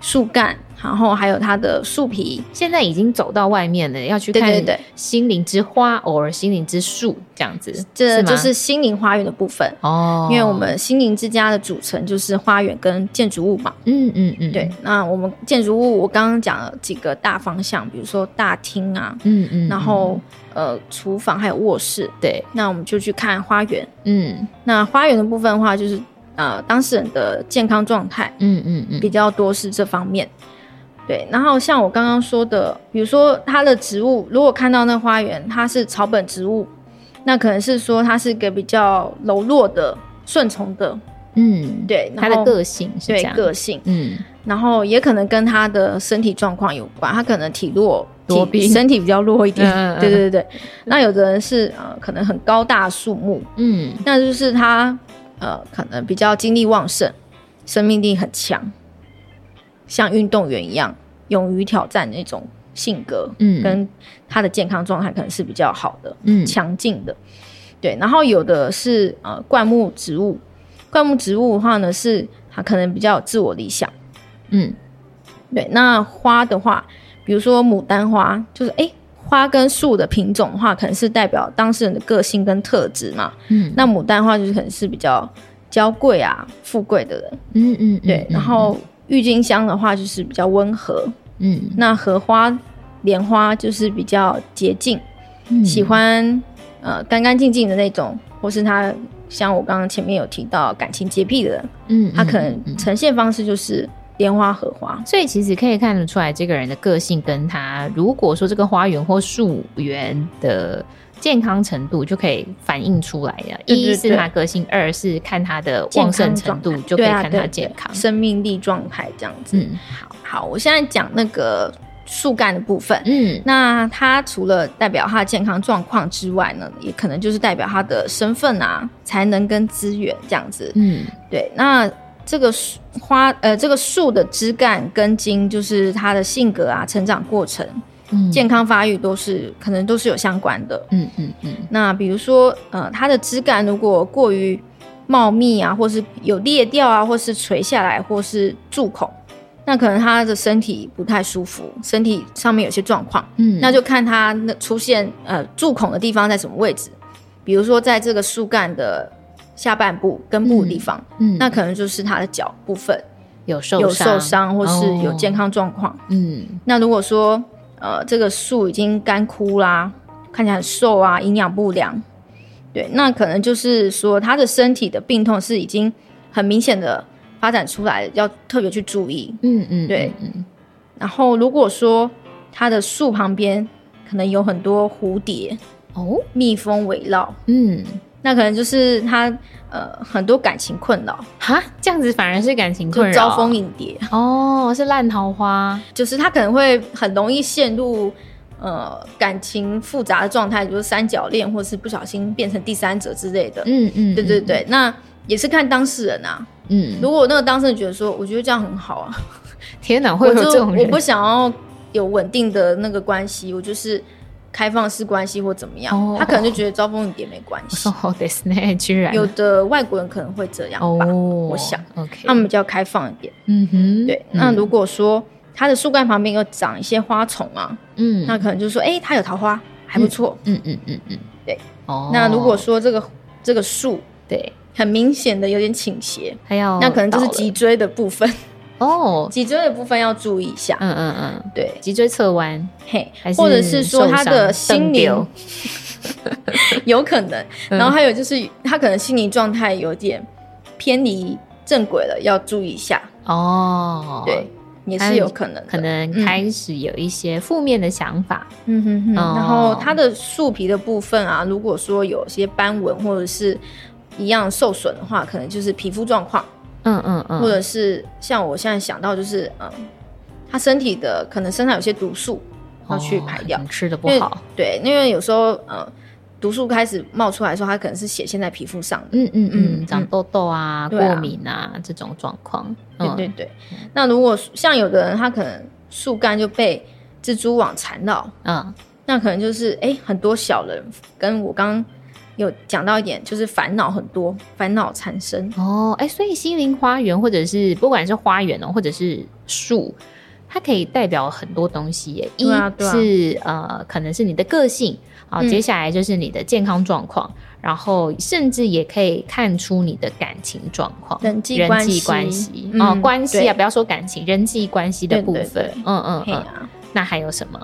B: 树干，然后还有它的树皮。
A: 现在已经走到外面了，要去
B: 对
A: 看
B: 对对，
A: 心灵之花，偶尔心灵之树这样子，
B: 这
A: 吗
B: 就是心灵花园的部分。
A: 哦，
B: 因为我们心灵之家的组成就是花园跟建筑物嘛，
A: 嗯嗯嗯，
B: 对。那我们建筑物，我刚刚讲了几个大方向，比如说大厅啊，
A: 嗯，嗯嗯，
B: 然后呃厨房还有卧室，
A: 对，
B: 那我们就去看花园。
A: 嗯
B: 那花园的部分的话，就是呃当事人的健康状态
A: 嗯嗯嗯，
B: 比较多是这方面。对，然后像我刚刚说的，比如说它的植物，如果看到那花园它是草本植物，那可能是说它是一个比较柔弱的、顺从的，
A: 嗯，
B: 对，然
A: 他
B: 后
A: 的个性是这
B: 对
A: 样，
B: 个性，
A: 嗯
B: 然后也可能跟他的身体状况有关，他可能体弱，
A: 多
B: 体
A: 病
B: 身体比较弱一点。
A: 嗯嗯嗯
B: 对对对对，那有的人是呃，可能很高大树木，
A: 嗯
B: 那就是他呃，可能比较精力旺盛，生命力很强，像运动员一样，勇于挑战那种性格，
A: 嗯
B: 跟他的健康状态可能是比较好的。
A: 嗯
B: 强劲的。对，然后有的是呃灌木植物，灌木植物的话呢是它可能比较有自我理想。
A: 嗯
B: 对，那花的话，比如说牡丹花，就是诶花跟树的品种的话，可能是代表当事人的个性跟特质嘛。
A: 嗯，
B: 那牡丹花就是可能是比较娇贵啊、富贵的人。
A: 嗯嗯
B: 对，然后郁金香的话就是比较温和，
A: 嗯
B: 那荷花、莲花就是比较洁净。
A: 嗯
B: 喜欢呃干干净净的那种，或是他像我刚刚前面有提到感情洁癖的人，
A: 嗯，嗯
B: 他可
A: 嗯
B: 能
A: 嗯
B: 呈现方式就是莲花荷花。
A: 所以其实可以看得出来，这个人的个性跟他如果说这个花园或树园的健康程度，就可以反映出来的。
B: 对对
A: 一是
B: 对
A: 他个性，二是看他的旺盛程度，就可以
B: 对啊
A: 看
B: 对
A: 他
B: 对
A: 健康。
B: 生命力状态这样子。
A: 嗯
B: 好，我现在讲那个树干的部分。
A: 嗯
B: 那它除了代表它的健康状况之外呢，也可能就是代表它的身份啊、才能跟资源这样子。
A: 嗯
B: 对，那这个树花呃，这个树的枝干跟茎，就是它的性格啊、成长过程、
A: 嗯，
B: 健康发育都是可能都是有相关的。
A: 嗯嗯嗯
B: 那比如说，呃，它的枝干如果过于茂密啊，或是有裂掉啊，或是垂下来，或是蛀孔，那可能它的身体不太舒服，身体上面有些状况，
A: 嗯，
B: 那就看它那出现呃蛀孔的地方在什么位置，比如说在这个树干的下半部根部的地方，
A: 嗯
B: 那可能就是它的脚部分
A: 有受
B: 有受伤，或是有
A: 哦
B: 健康状况。
A: 嗯
B: 那如果说呃这个树已经干枯啦，看起来很瘦啊，营养不良，对，那可能就是说他的身体的病痛是已经很明显的发展出来，要特别去注意。
A: 嗯嗯，
B: 对
A: 嗯
B: 然后如果说它的树旁边可能有很多蝴蝶、
A: 哦
B: 蜜蜂围绕，
A: 嗯
B: 那可能就是他呃很多感情困扰，
A: 哈，这样子反而是感情
B: 就
A: 困扰，
B: 招蜂引 蝶，
A: 哦，是烂桃花，
B: 就是他可能会很容易陷入呃感情复杂的状态，比如三角恋，或是不小心变成第三者之类的。
A: 嗯嗯，
B: 对对对，那也是看当事人啊，
A: 嗯，
B: 如果那个当事人觉得说，我觉得这样很好啊，
A: 天 哪，会有
B: 我
A: 这
B: 就
A: 种
B: 我
A: 人
B: 不想要有稳定的那个关系，我就是开放式关系或怎么样，
A: 哦
B: 他可能就觉得招蜂引蝶没关系。
A: 哦，对，那居然
B: 有的外国人可能会这样
A: 哦
B: 吧，，我想
A: OK，
B: 他们比较开放一点。
A: 嗯哼，
B: 对，那
A: 嗯
B: 如果说它的树干旁边有长一些花丛啊，
A: 嗯
B: 那可能就说，哎、它有桃花，还不错。
A: 嗯嗯嗯嗯，
B: 对，
A: 哦，
B: 那如果说这个这个树
A: 对，
B: 很明显的有点倾斜，
A: 还要
B: 那可能就是
A: 哦倒了
B: 脊椎的部分，
A: 哦，
B: 脊椎的部分要注意一下。
A: 嗯嗯嗯，
B: 对，
A: 脊椎侧弯，
B: 嘿
A: 还，是
B: 或者是说他的
A: 受伤蹬
B: 心灵 有可能，
A: 嗯
B: 然后还有就是他可能心灵状态有点偏离正轨了，要注意一下。
A: 哦，
B: 对，，也
A: 他
B: 是有可能的，
A: 可能开始有一些负面的想法，
B: 嗯哼哼，
A: 哦
B: 然后它的树皮的部分啊，如果说有些斑纹或者是一样受损的话，可能就是皮肤状况，
A: 嗯嗯嗯，
B: 或者是像我现在想到就是，嗯，他身体的可能身上有些毒素要去
A: 哦
B: 排掉，
A: 可能吃的不
B: 因为
A: 好，
B: 对，因为有时候嗯，毒素开始冒出来的时候，它可能是显现在皮肤上的，
A: 嗯嗯嗯，
B: 嗯
A: 长
B: 嗯
A: 痘痘啊、
B: 对啊
A: 过敏啊这种状况，嗯
B: 对对对。那如果像有的人，他可能树干就被蜘蛛网缠绕，
A: 嗯
B: 那可能就是哎、诶很多小人跟我刚刚有讲到一点，就是烦恼很多，烦恼缠身。
A: 哦，哎，所以心灵花园或者是不管是花园哦，或者是树。它可以代表很多东西耶，一
B: 对啊对啊
A: 是呃，可能是你的个性啊，
B: 嗯
A: 接下来就是你的健康状况，然后甚至也可以看出你的感情状况、
B: 人际
A: 人
B: 关
A: 际
B: 系
A: 关系
B: 嗯
A: 哦，关系啊，
B: 对
A: 不要说感情，人际关系的
B: 对
A: 部
B: 对
A: 分
B: 对，
A: 嗯嗯
B: 嘿
A: 嗯，
B: 啊，
A: 那还有什么？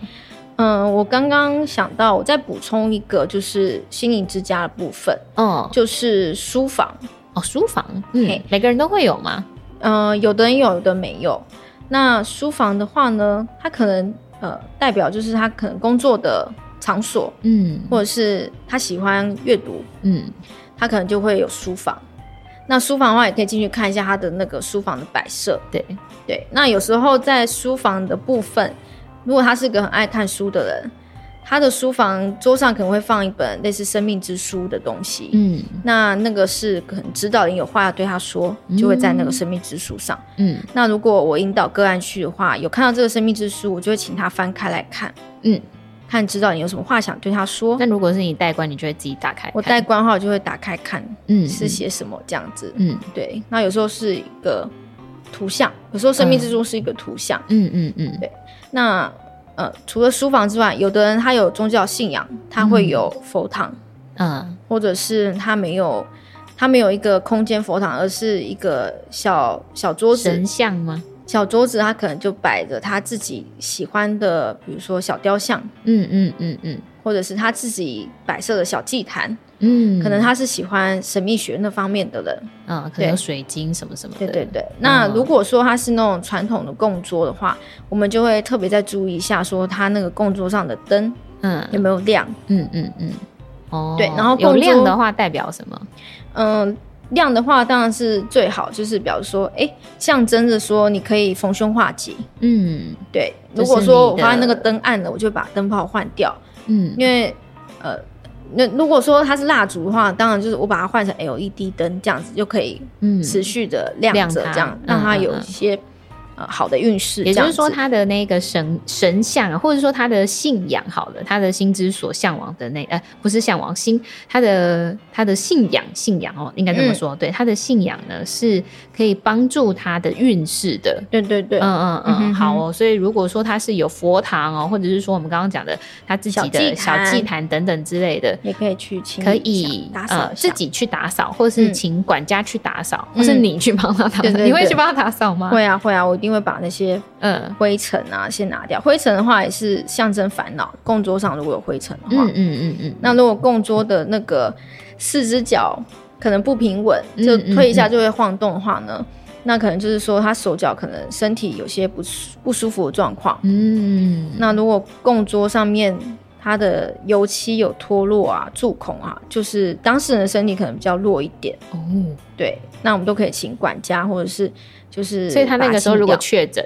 B: 嗯，我刚刚想到，我再补充一个，就是心灵之家的部分，
A: 哦
B: 就是书房。
A: 哦，书房，嗯
B: 嘿，
A: 每个人都会有吗？
B: 嗯、有的人有，有的没有。那书房的话呢，它可能呃代表就是他可能工作的场所，
A: 嗯
B: 或者是他喜欢阅读，
A: 嗯，
B: 他可能就会有书房。那书房的话，也可以进去看一下他的那个书房的摆设。
A: 对，
B: 对，那有时候在书房的部分，如果他是个很爱看书的人，他的书房桌上可能会放一本类似生命之书的东西。
A: 嗯
B: 那那个是可能指导人有话要对他说，就会在那个生命之书上。
A: 嗯
B: 那如果我引导个案去的话，有看到这个生命之书，我就会请他翻开来看，
A: 嗯。
B: 看指导人有什么话想对他说。
A: 那如果是你代官，你就会自己打开看，
B: 我带关号就会打开看
A: 嗯
B: 是写什么这样子。
A: 嗯
B: 对，那有时候是一个图像，有时候生命之书是一个图像。
A: 嗯嗯嗯，
B: 那呃，除了书房之外，有的人他有宗教信仰，他会有佛堂，
A: 嗯
B: 或者是他没有，他没有一个空间佛堂，而是一个小小桌子
A: 神，像吗？
B: 小桌子他可能就摆着他自己喜欢的，比如说小雕像，
A: 嗯嗯嗯嗯
B: 或者是他自己摆设的小祭坛，
A: 嗯，
B: 可能他是喜欢神秘学那方面的人。
A: 嗯，可
B: 对
A: 能有水晶什么什么的，
B: 对对对，那
A: 嗯
B: 如果说它是那种传统的供桌的话，我们就会特别再注意一下，说它那个供桌上的灯有
A: 嗯
B: 没有亮。
A: 嗯嗯嗯，哦，
B: 对然后
A: 有
B: 共桌
A: 亮的话代表什么？
B: 嗯，亮的话当然是最好，就是比如说，哎，象征着说你可以逢凶化吉。
A: 嗯
B: 对，
A: 就是
B: 如果说我
A: 你的
B: 发现那个灯暗了，我就把灯泡换掉，
A: 嗯
B: 因为呃，那如果说它是蜡烛的话，当然就是我把它换成 LED 灯，这样子就可以
A: 嗯，
B: 持续的亮
A: 亮
B: 着，
A: 它
B: 这样
A: 嗯
B: 让它
A: 嗯
B: 有
A: 嗯
B: 一些、呃好的运势。
A: 也就是说，
B: 这样子
A: 他的那个神神像，啊，或者说他的信仰，好了，他的心之所向往的那呃，不是向往心，他的他的信仰信仰哦，应该这么说，对他的信仰呢是可以帮助他的运势的。
B: 对对对，
A: 嗯嗯
B: 嗯哼
A: 嗯，
B: 哼
A: 好哦。所以如果说他是有佛堂哦，或者是说我们刚刚讲的他自己的
B: 小祭
A: 小
B: 坛
A: 祭坛等等之类的，
B: 也可以去清
A: 可
B: 理一下
A: 以
B: 打扫
A: 呃
B: 一
A: 自
B: 下
A: 己去打扫，或是
B: 嗯
A: 请管家去打扫，或是
B: 嗯
A: 你去帮他打扫
B: 对。对
A: 你会
B: 对
A: 去帮他打扫吗？
B: 会啊会啊，我一定会把那些
A: 嗯，
B: 灰尘啊先拿掉。灰尘的话也是象征烦恼，供桌上如果有灰尘的话，
A: 嗯嗯嗯嗯嗯，
B: 那如果供桌的那个四只脚可能不平稳，
A: 嗯
B: 就
A: 嗯
B: 推一下
A: 嗯
B: 就会晃动的话呢，那可能就是说他手脚可能身体有些不舒不舒服的状况。
A: 嗯，
B: 那如果供桌上面它的油漆有脱落啊、蛀孔啊，就是当事人的身体可能比较弱一点。
A: 哦，
B: 对，那我们都可以请管家或者是就是把它清掉，
A: 所以他那个时候如果确诊，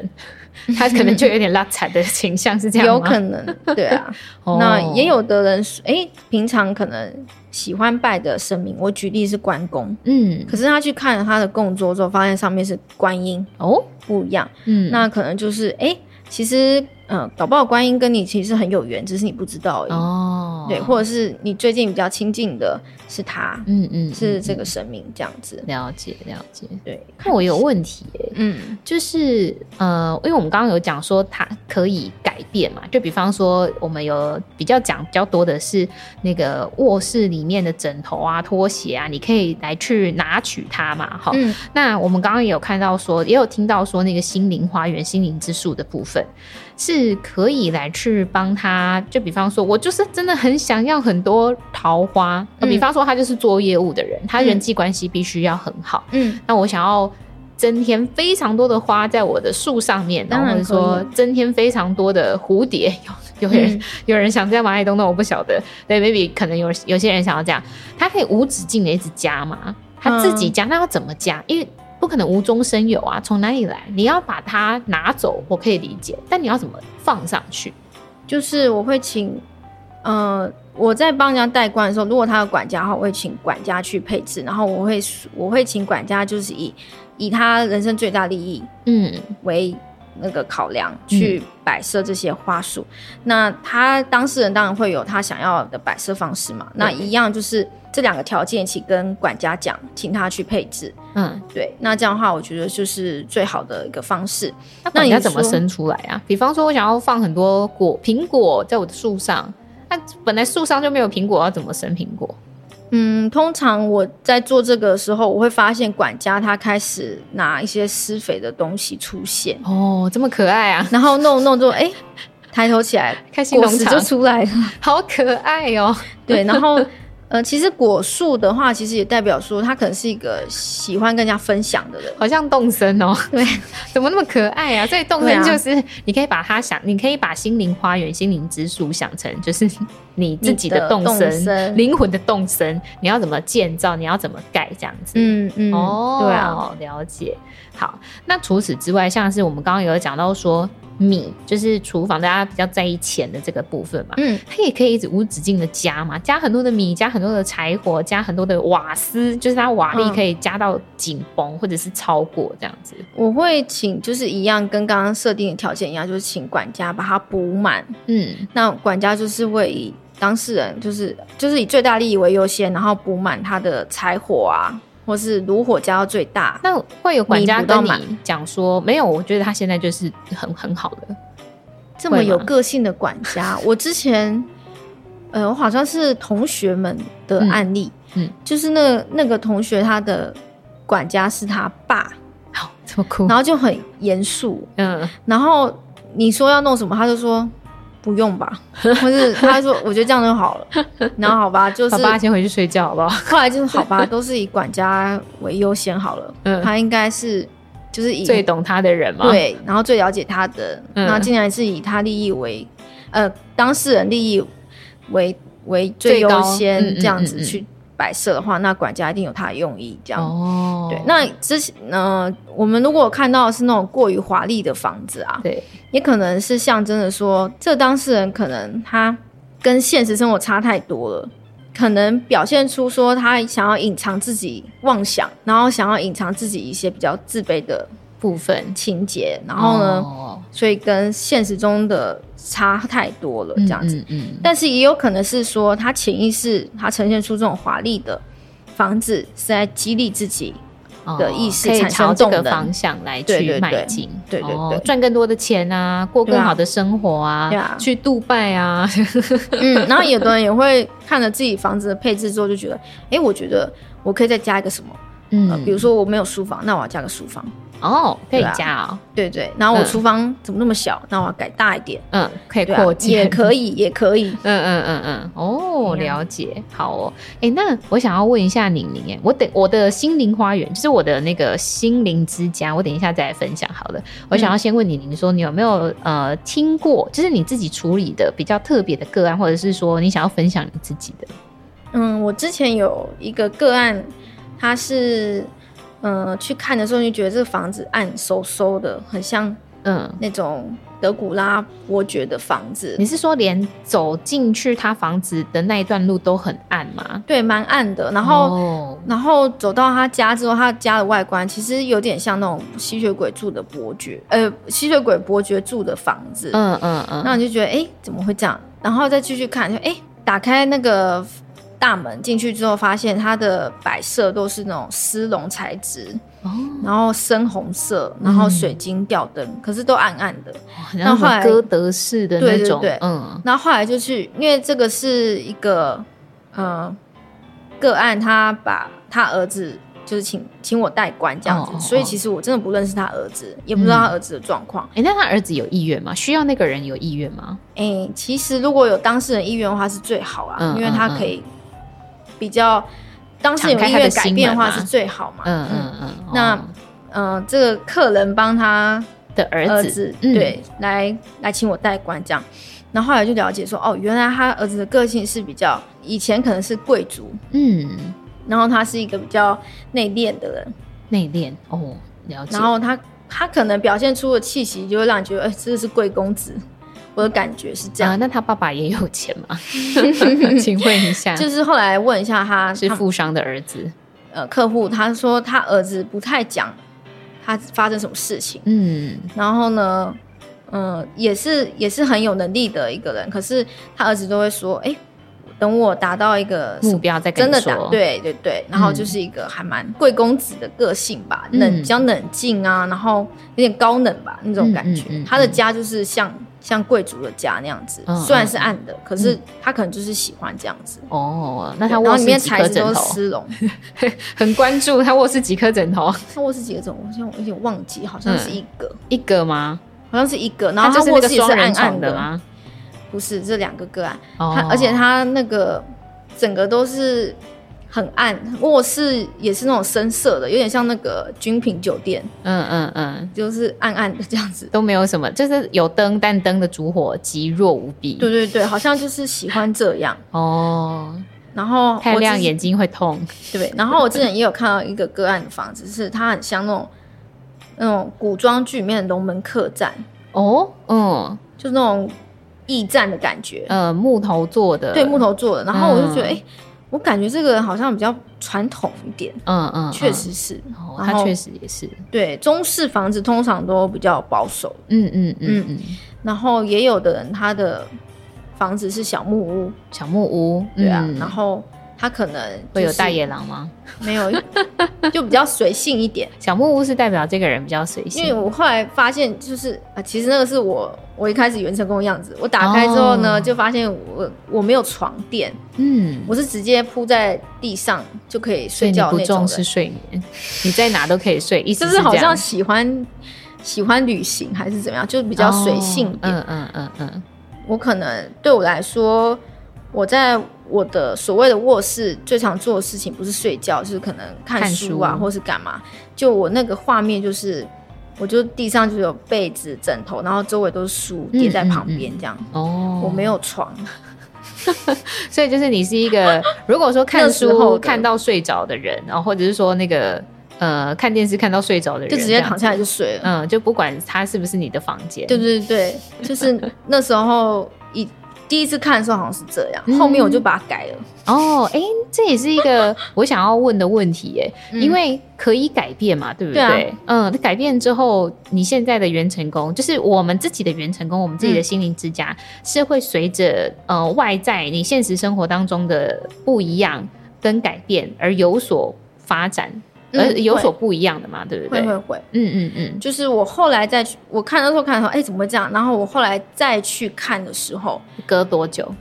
A: 他可能就有点拉惨的倾向，是这样吗
B: 有可能，对啊。
A: 哦
B: 那也有的人是，哎、平常可能喜欢拜的神明，我举例是关公，
A: 嗯
B: 可是他去看了他的供桌之后，发现上面是观音，
A: 哦
B: 不一样。
A: 嗯
B: 那可能就是，哎、其实，嗯、搞不好观音跟你其实很有缘，只是你不知道而已。
A: 哦
B: 对，或者是你最近比较亲近的是他，
A: 嗯嗯
B: 是
A: 嗯
B: 这个神明这样子。
A: 了解了解。
B: 对，
A: 那我有问题耶、
B: 嗯
A: 就是呃，因为我们刚刚有讲说它可以改变嘛，就比方说我们有比较讲比较多的是那个卧室里面的枕头啊、拖鞋啊，你可以来去拿取它嘛，哈、
B: 嗯
A: 那我们刚刚也有看到说，也有听到说那个心灵花园、心灵之树的部分是可以来去帮他，就比方说，我就是真的很想要很多桃花，呃
B: 嗯
A: 比方说他就是做业务的人，他
B: 嗯
A: 人际关系必须要很好。
B: 嗯，
A: 那我想要增添非常多的花在我的树上面，然
B: 当
A: 后
B: 然
A: 或者说
B: 可啊
A: 增添非常多的蝴蝶。有 有人、
B: 嗯
A: 有人想这样吗？爱东东我不晓得。对，maybe 可能有有些人想要这样，他可以无止境的一直加嘛，他自
B: 嗯
A: 己加，那要怎么加？因为不可能无中生有啊，从哪里来？你要把它拿走，我可以理解，但你要怎么放上去？
B: 就是我会请，呃，我在帮人家代管的时候，如果他有管家的话，我会请管家去配置，然后我会我会请管家就是以以他人生最大利益
A: 嗯
B: 为那个考量去摆设这些花束。那他当事人当然会有他想要的摆设方式嘛，那一样就是这两个条件一起跟管家讲，请他去配置。
A: 嗯，
B: 对，那这样的话，我觉得就是最好的一个方式。
A: 那
B: 那
A: 管
B: 你
A: 家怎么
B: 说
A: 生出来啊？比方说，我想要放很多果苹果在我的树上，那本来树上就没有苹果，要怎么生苹果？
B: 嗯，通常我在做这个的时候，我会发现管家他开始拿一些施肥的东西出现，
A: 哦，这么可爱啊！
B: 然后弄弄就哎、抬头起来，
A: 开心
B: 果
A: 农
B: 实
A: 场
B: 就出来了。
A: 好可爱哦。
B: 对，然后呃，其实果树的话，其实也代表说他可能是一个喜欢跟人家分享的人。
A: 好像动森哦，
B: 对，
A: 怎么那么可爱啊？所以动
B: 对
A: 森
B: 啊
A: 就是、你可以把它想，你可以把心灵花园、心灵之树想成就是你自己的动
B: 你的动
A: 森，
B: 森
A: 灵魂的动森，你要怎么建造，你要怎么盖这样子。
B: 嗯嗯，
A: 哦，
B: 对啊，，
A: 了解。好，那除此之外，像是我们刚刚有讲到说米，就是厨房大家比较在意钱的这个部分嘛，
B: 嗯，
A: 它也可以一直无止境的加嘛，加很多的米，加很多的柴火，加很多的瓦斯，就是它瓦力
B: 嗯
A: 可以加到紧绷、或者是超过这样子。
B: 我会请就是一样跟刚刚设定的条件一样，就是请管家把它补满。
A: 嗯
B: 那管家就是会以当事人就是就是以最大利益为优先，然后补满他的柴火啊，或是炉火加到最大，。
A: 那会有管家
B: 弥补到
A: 跟你
B: 满
A: 讲说，没有，我觉得他现在就是很很好的。
B: 这么
A: 会吗
B: 有个性的管 家，我之前，呃，我好像是同学们的案例，
A: 嗯嗯
B: 就是那那个同学他的管家是他爸，
A: 好、这么酷
B: 然。后就很严肃，
A: 嗯，
B: 然后你说要弄什么，他就说不用吧，或是他说我觉得这样就好 了，然后好吧，就是
A: 爸爸先回去睡觉好不好？
B: 后来就是好吧， 都是以管家为优先好了，
A: 嗯
B: 他应该是就是以
A: 最懂他的人嘛。，
B: 对，然后最了解他的，
A: 嗯
B: 那竟然是以他利益为，呃，当事人利益为为最
A: 最高
B: 优
A: 嗯嗯
B: 先这样
A: 嗯嗯
B: 子去摆设的话，那管家一定有他的用意，这样。
A: 哦，
B: 对，那之前呢，我们如果看到的是那种过于华丽的房子啊，
A: 对，
B: 也可能是象征着说，这当事人可能他跟现实生活差太多了，可能表现出说他想要隐藏自己妄想，然后想要隐藏自己一些比较自卑的
A: 部分。
B: 情节，然后呢，
A: 哦
B: 所以跟现实中的差太多了，这样子。
A: 嗯嗯嗯
B: 但是也有可能是说，他潜意识他呈现出这种华丽的房子，是在激励自 己。的意识
A: 哦可以
B: 产生
A: 朝这个
B: 动能
A: 方向来
B: 对
A: 去
B: 对
A: 迈
B: 对
A: 进，
B: 对对
A: 哦
B: 对
A: 赚更多的钱啊，过更
B: 对啊
A: 好的生活啊，
B: 对啊
A: 去杜拜 啊，
B: 嗯，然后有的人也会看了自己房子的配置之后，就觉得，诶，我觉得我可以再加一个什么？呃，
A: 嗯
B: 比如说我没有书房，那我要加个书房。
A: 哦，可以
B: 对啊
A: 加哦，
B: 对对，然后我
A: 嗯
B: 厨房怎么那么小？那我要改大一点，
A: 嗯，可以
B: 对啊
A: 扩，建，
B: 也可以， 也可以。
A: 嗯嗯嗯嗯，哦，
B: 对啊
A: 了解，好哦，哎，那我想要问一下宁宁，哎，我等我的心灵花园，就是我的那个心灵之家，我等一下再来分享好了。我想要先问宁宁说，你有没有呃听过，就是你自己处理的比较特别的个案，或者是说你想要分享你自己的？
B: 嗯，我之前有一个个案，呃他是，嗯、去看的时候就觉得这个房子暗飕飕的，很像
A: 嗯，
B: 那种德古拉伯爵的房子
A: 你，是说连走进去他房子的那一段路都很暗吗？
B: 对，蛮暗的。然后
A: 哦，
B: 然后走到他家之后，他家的外观其实有点像那种吸血鬼住的伯爵，呃，吸血鬼伯爵住的房子。
A: 嗯嗯嗯，
B: 那你就觉得，哎、怎么会这样？然后再继续看，就哎、诶打开那个大门进去之后，发现它的摆设都是那种丝绒材质，
A: 哦，
B: 然后深红色，然后
A: 嗯
B: 水晶吊灯，可是都暗暗的。
A: 很像
B: 后
A: 什么
B: 来
A: 哥德式的
B: 对
A: 那
B: 对
A: 种，
B: 对
A: 嗯
B: 然后后来就去，因为这个是一个呃个案，他把他儿子就是请请我代管这样子，
A: 哦哦哦嗯
B: 所以其实我真的不认识他儿子，也不知道他儿子的状况。
A: 哎、那他儿子有意愿吗？需要那个人有意愿吗？
B: 哎、其实如果有当事人意愿的话是最好啊，
A: 嗯
B: 因为他可以比较当事人有
A: 敞开
B: 意
A: 他
B: 愿
A: 的
B: 改
A: 心
B: 变的话
A: 门嘛
B: 是最好嘛。
A: 嗯嗯嗯，
B: 那
A: 哦
B: 嗯、呃这个客人帮他
A: 的儿子，
B: 儿子
A: 嗯
B: 对来来请我代管这样。然后后来就了解说，哦，原来他儿子的个性是比较以前可能是贵族，
A: 嗯，
B: 然后他是一个比较内敛的人，
A: 内敛哦，了解，
B: 然后他他可能表现出的气息就会让你觉得，哎、这是贵公子，我的感觉是这
A: 啊、
B: 样。
A: 那他爸爸也有钱 吗？ 请问一下，
B: 就是后来问一下他，
A: 是
B: 他
A: 富商的儿子，
B: 呃客户，他说他儿子不太讲他发生什么事情，
A: 嗯
B: 然后呢，嗯、也是也是很有能力的一个人，可是他儿子都会说，哎、等我达到一个
A: 目标再跟
B: 嗯真
A: 你
B: 的
A: 说
B: 打，对对对，然后就是一个还蛮贵公子的个性吧，
A: 嗯
B: 冷比较冷静啊，然后有点高冷吧那种感觉。
A: 嗯嗯嗯
B: 他的家就是像像贵族的家那样子，
A: 嗯
B: 虽然是暗的，可是他可能就是喜欢这样子。
A: 哦，那
B: 对
A: 他
B: 然后
A: 卧
B: 里
A: 室
B: 面
A: 几
B: 材
A: 颗
B: 质都
A: 枕
B: 是
A: 头，
B: 丝绒，
A: 很关注他卧室几颗枕头，
B: 他卧室几个枕头，我现在有点忘记，好像是一个，
A: 一个吗？
B: 好像是一个。然后
A: 他嗯就是那
B: 卧
A: 个
B: 室也
A: 双
B: 是暗
A: 人
B: 暗
A: 床
B: 的？
A: 吗？
B: 不是，这两个个案，
A: 哦
B: 他而且他那个整个都是。很暗，卧室也是那种深色的，有点像那个军品酒店。
A: 嗯嗯嗯
B: 就是暗暗的这样子。
A: 都没有什么，就是有灯，但灯的烛火极弱无比。
B: 对对对，好像就是喜欢这样。
A: 哦，
B: 然后
A: 太
B: 我
A: 亮
B: 之
A: 眼睛会痛。
B: 对，然后我之前也有看到一个个案的房子，是它很像那种那种古装剧里面的龙门客栈，
A: 哦，嗯
B: 就是那种驿站的感觉，
A: 呃，木头做的，
B: 对，木，头做的。然后我就觉
A: 嗯
B: 得，哎、我感觉这个人好像比较传统一点，
A: 嗯嗯，嗯
B: 确、实，是。
A: 哦，
B: 然
A: 他
B: 后
A: 确实也是，
B: 对，中式房子通常都比较保守，
A: 嗯嗯嗯
B: 嗯
A: 嗯，
B: 然后也有的人他的房子是小木屋，
A: 小木屋，
B: 对啊，
A: 嗯
B: 然后他可能、就是、
A: 会有大野狼吗？
B: 没有，就比较随性一 点。
A: 小木屋是代表这个人比较随
B: 因为
A: 性，
B: 我后来发现，就是啊，其实那个是我我一开始原成功的样子。我打开之后呢，
A: 哦
B: 就发现我我没有床垫，
A: 嗯，
B: 我是直接铺在地上就可以
A: 所以
B: 睡
A: 你
B: 觉
A: 不
B: 的那种
A: 重视
B: 人。
A: 睡眠，你在哪都可以睡，意思
B: 就是
A: 这
B: 好像
A: 样
B: 喜欢喜欢旅行还是怎么样，就比较随性一
A: 哦
B: 点。
A: 嗯嗯嗯嗯，
B: 我可能对我来说，我在我的所谓的卧室最常做的事情不是睡觉，就是可能看
A: 看
B: 书啊，
A: 书
B: 或是干嘛。就我那个画面就是，我就地上就有被子、枕头，然后周围都是书
A: 嗯
B: 叠在旁边这样。
A: 哦，
B: 我没有床，
A: 所以就是你是一 个，如果说看
B: 那时候
A: 书
B: 的
A: 看到睡着的人，然后或者是说那个呃看电视看到睡着的人，
B: 就直接躺下来就睡
A: 这
B: 了。
A: 样。嗯，就不管他是不是你的房间，
B: 对对对，就是那时候一第一次看的时候好像是这样，
A: 嗯
B: 后面我就把它改了。
A: 哦，哎、这也是一 个我想要问的问题，哎、
B: 嗯
A: 因为可以改变嘛，对不对？
B: 对啊
A: 嗯，改变之后，你现在的元成功，就是我们自己的元成功，我们自己的
B: 嗯
A: 心灵之家，是会随着呃外在你现实生活当中的不一样跟改变而有所发展，
B: 嗯
A: 而有
B: 会
A: 所不一样的嘛，对不对？嗯
B: 会会会，
A: 嗯嗯，
B: 就是我后来再去我看的时候看的时候，哎、怎么会这样？然后我后来再去看的时候，
A: 隔多久？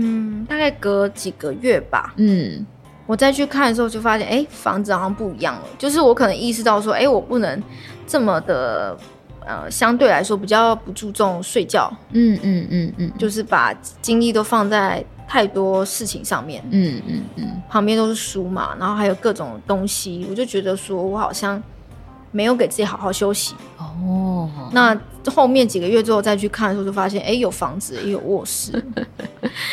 B: 嗯，大概隔几个月吧，
A: 嗯
B: 我再去看的时候就发现，哎、房子好像不一样了。就是我可能意识到说，哎、我不能这么的，呃，相对来说比较不注重睡觉，
A: 嗯嗯嗯嗯，
B: 就是把精力都放在太多事情上面。
A: 嗯嗯嗯，
B: 旁边都是书嘛，然后还有各种东西，我就觉得说我好像没有给自己好好休息。
A: 哦，
B: 那后面几个月之后再去看的时候，就发现，哎、有房子，也有卧 室，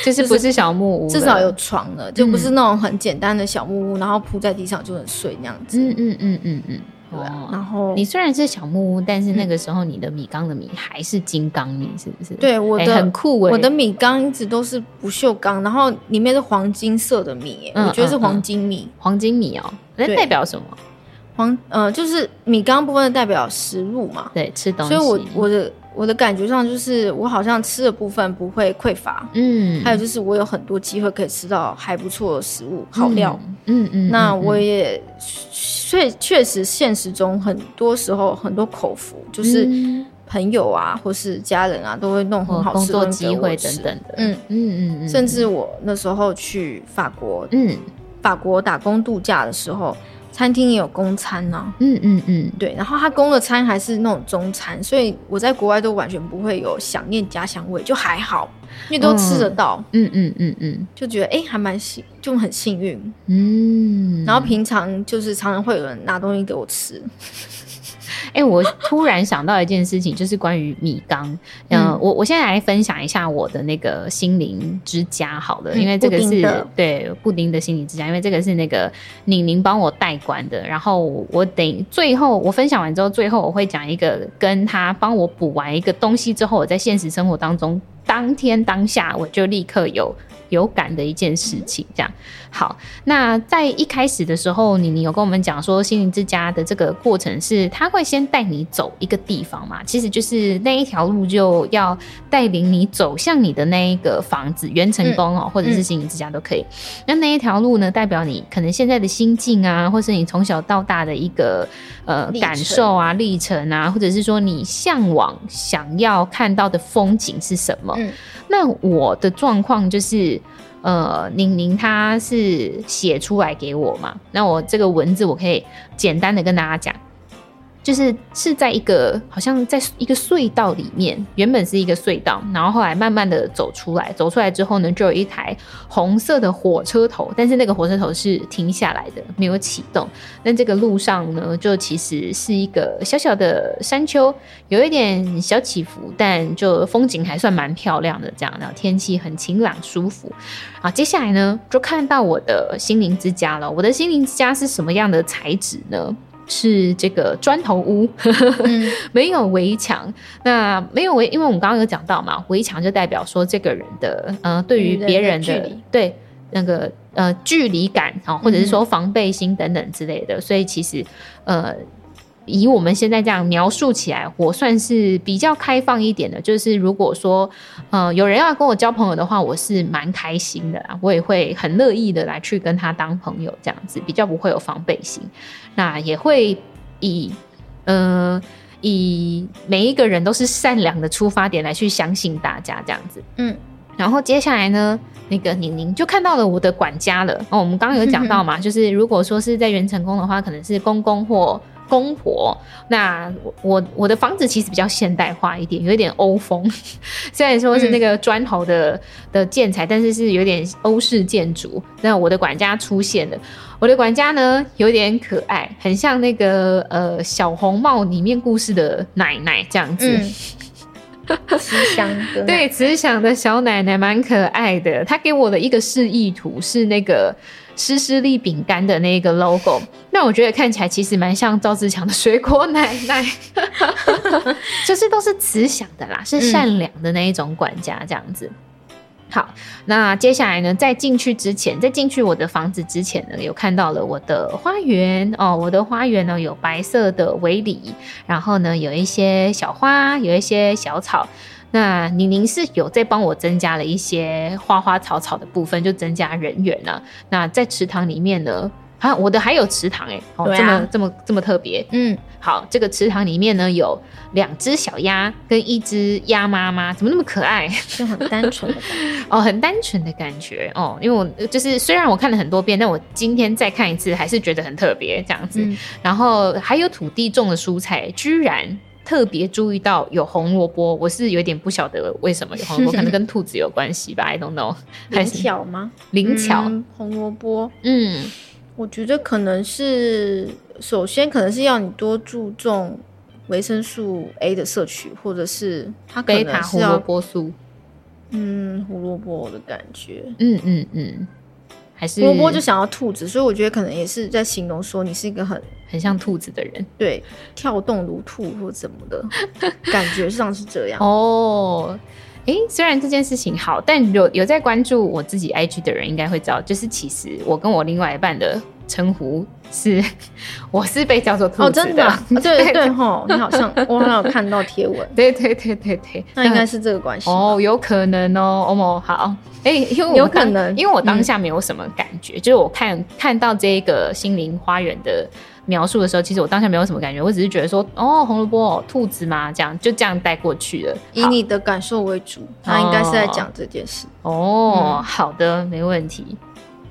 A: 就是
B: 就是
A: 不是小木屋了，
B: 至少有床了，就不是那种很简单的小木屋，然后铺在地上就能睡那样子。
A: 嗯嗯嗯嗯嗯，
B: 对啊、
A: 哦
B: 然后嗯
A: 你虽然是小木屋，但是那个时候你的米缸的米还是金刚米，是不是？
B: 对我
A: 哎
B: 的
A: 很酷哎、
B: 我的米缸一直都是不锈钢，然后里面是黄金色的米耶、
A: 嗯
B: 我觉得是
A: 嗯
B: 黄
A: 嗯
B: 金米。
A: 黄金米哦，那
B: 对
A: 代表什么？
B: 黄呃，就是米缸部分代表食物嘛，
A: 对，吃东西。
B: 所以我我的我的感觉上就是我好像吃的部分不会匮乏，
A: 嗯，
B: 还有就是我有很多机会可以吃到还不错的食物好料。
A: 嗯，嗯嗯，
B: 那
A: 嗯
B: 我也确确实现实中很多时候很多口福，就是
A: 嗯
B: 朋友啊或是家人啊都会弄很
A: 或
B: 好
A: 工
B: 吃的
A: 作
B: 东西给
A: 机
B: 我
A: 会
B: 吃
A: 等。等的，
B: 嗯，
A: 嗯嗯嗯，
B: 甚至我那时候去法国，
A: 嗯
B: 法国打工度假的时候，餐厅也有供餐呢、
A: 嗯嗯嗯，
B: 对，然后他供的餐还是那种中餐，所以我在国外都完全不会有想念家乡味，就还好，因为都吃得到，
A: 嗯嗯嗯嗯
B: 就觉得哎、诶还蛮幸，就很幸运。
A: 嗯，
B: 然后平常就是常常会有人拿东西给我吃，
A: 哎、我突然想到一件事情，就是关于米缸。嗯，
B: 嗯
A: 我我现在来分享一下我的那个心灵之家好了，
B: 嗯
A: 因为这个
B: 布丁
A: 是
B: 的
A: 对布丁的心灵之家，因为这个是那个宁宁帮我代管的。然后我我等最后我分享完之后，最后我会讲一个跟他帮我补完一个东西之后，我在现实生活当中当天当下我就立刻有有感的一件事情，这样好。那在一开始的时候，你你有跟我们讲说，心灵之家的这个过程是，他会先带你走一个地方嘛，其实就是那一条路就要带领你走向你的那一个房子，元成功哦、或者是心灵之家都可以。那那一条路呢，代表你可能现在的心境啊，或是你从小到大的一个呃
B: 历程
A: 感受啊、历程啊，或者是说你向往想要看到的风景是什么。
B: 嗯
A: 那我的状况就是，呃，宁宁她是写出来给我嘛，那我这个文字我可以简单的跟大家讲。就是是在一个好像在一个隧道里面，原本是一个隧道，然后后来慢慢的走出来，走出来之后呢，就有一台红色的火车头，但是那个火车头是停下来的，没有启动。那这个路上呢，就其实是一个小小的山丘，有一点小起伏，但就风景还算蛮漂亮的，这样，然后天气很晴朗舒服。啊，接下来呢，就看到我的心灵之家了。我的心灵之家是什么样的材质呢？是这个砖头屋，
B: 嗯
A: 没有围墙。那没有围，因为我们刚刚有讲到嘛，围墙就代表说这个人的呃，对于
B: 与人的
A: 别人
B: 距
A: 的
B: 离
A: 对那个呃距离感啊、或者是说防备心等等之类的。所以其实呃。以我们现在这样描述起来，我算是比较开放一点的。就是如果说，呃，有人要跟我交朋友的话，我是蛮开心的啦，我也会很乐意的来去跟他当朋友，这样子比较不会有防备心。那也会以呃以每一个人都是善良的出发点来去相信大家这样子。
B: 嗯，
A: 然后接下来呢，那个宁宁就看到了我的管家了。哦，我们刚刚有讲到嘛，就是如果说是在元成功的话，可能是公公或。公婆，那我我我的房子其实比较现代化一点，有一点欧风，虽然说是那个砖头的、的建材，但是是有点欧式建筑。那我的管家出现了，我的管家呢有点可爱，很像那个呃小红帽里面故事的奶奶这样子。
B: 嗯，吃香的那，
A: 对，慈祥的小奶奶蛮可爱的。她给我的一个示意图是那个湿湿粒饼干的那个 logo，那我觉得看起来其实蛮像赵志强的水果奶奶， 就是都是慈祥的啦，是善良的那一种管家这样子。好，那接下来呢，在进去之前，在进去我的房子之前呢，有看到了我的花园哦，我的花园呢有白色的围篱，然后呢有一些小花，有一些小草，那宁宁是有在帮我增加了一些花花草草的部分，就增加人员了、那在池塘里面呢，啊，我的还有池塘哎、哦，
B: 对
A: 这
B: 啊
A: 么这么这么特别。
B: 嗯，
A: 好，这个池塘里面呢有两只小鸭跟一只鸭妈妈，怎么那么可爱？
B: 就很单纯的感觉。
A: 哦，很单纯的感觉哦，因为我呃就是虽然我看了很多遍，但我今天再看一次还是觉得很特别这样子。
B: 嗯
A: 然后还有土地种的蔬菜，居然特别注意到有红萝卜，我是有点不晓得为什么有红萝卜，可能跟兔子有关系吧，I don't know，还
B: 很
A: 是
B: 巧吗？
A: 灵巧，
B: 嗯红萝卜，
A: 嗯
B: 我觉得可能是首先可能是要你多注重维生素 A 的摄取，或者是它可
A: 贝
B: 能
A: 塔
B: 是
A: 胡萝
B: 要
A: 卜素，
B: 嗯胡萝卜的感觉，
A: 嗯嗯嗯，还是
B: 萝卜就想要兔子，所以我觉得可能也是在形容说你是一个很
A: 很像兔子的人
B: 对跳动如兔或怎么的感觉上是这样。
A: 哦。诶，虽然这件事情好，但有有在关注我自己 IG 的人应该会知道，就是其实我跟我另外一半的称呼是， 我是被叫做兔
B: 哦，
A: 子
B: 真 的啊，对对吼，你好像我好像有看到贴文，
A: 对对对对对，
B: 那应该是这个关系。
A: 哦，有可能哦，欧某好，哎、因为我
B: 有可
A: 当
B: 能嗯
A: 因为我当下没有什么感觉，就是我看看到这个心灵花园的描述的时候，其实我当下没有什么感觉，我只是觉得说，哦，红萝卜、哦，兔子嘛，这样就这样带过去了。
B: 以
A: 好
B: 你的感受为主，他应该是在讲这件事，
A: 哦，好的，没问题。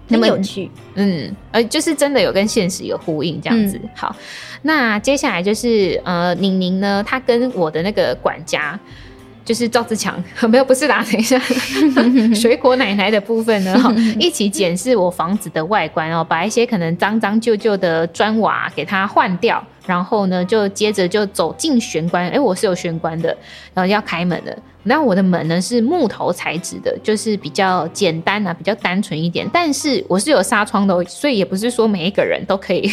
B: 很
A: 么
B: 有趣。
A: 嗯，呃，就是真的有跟现实有呼应这样子。好，那接下来就是呃，宁宁呢，她跟我的那个管家。就是赵自强， 没有不是啦，等一下，水果奶奶的部分呢，哈一起检视我房子的外观哦，把一些可能脏脏旧旧的砖瓦给它换掉，然后呢，就接着就走进玄关，哎，我是有玄关的，然后要开门的。那我的门呢是木头材质的，就是比较简单啊，比较单纯一点，但是我是有纱窗的哦，所以也不是说每一个人都 可以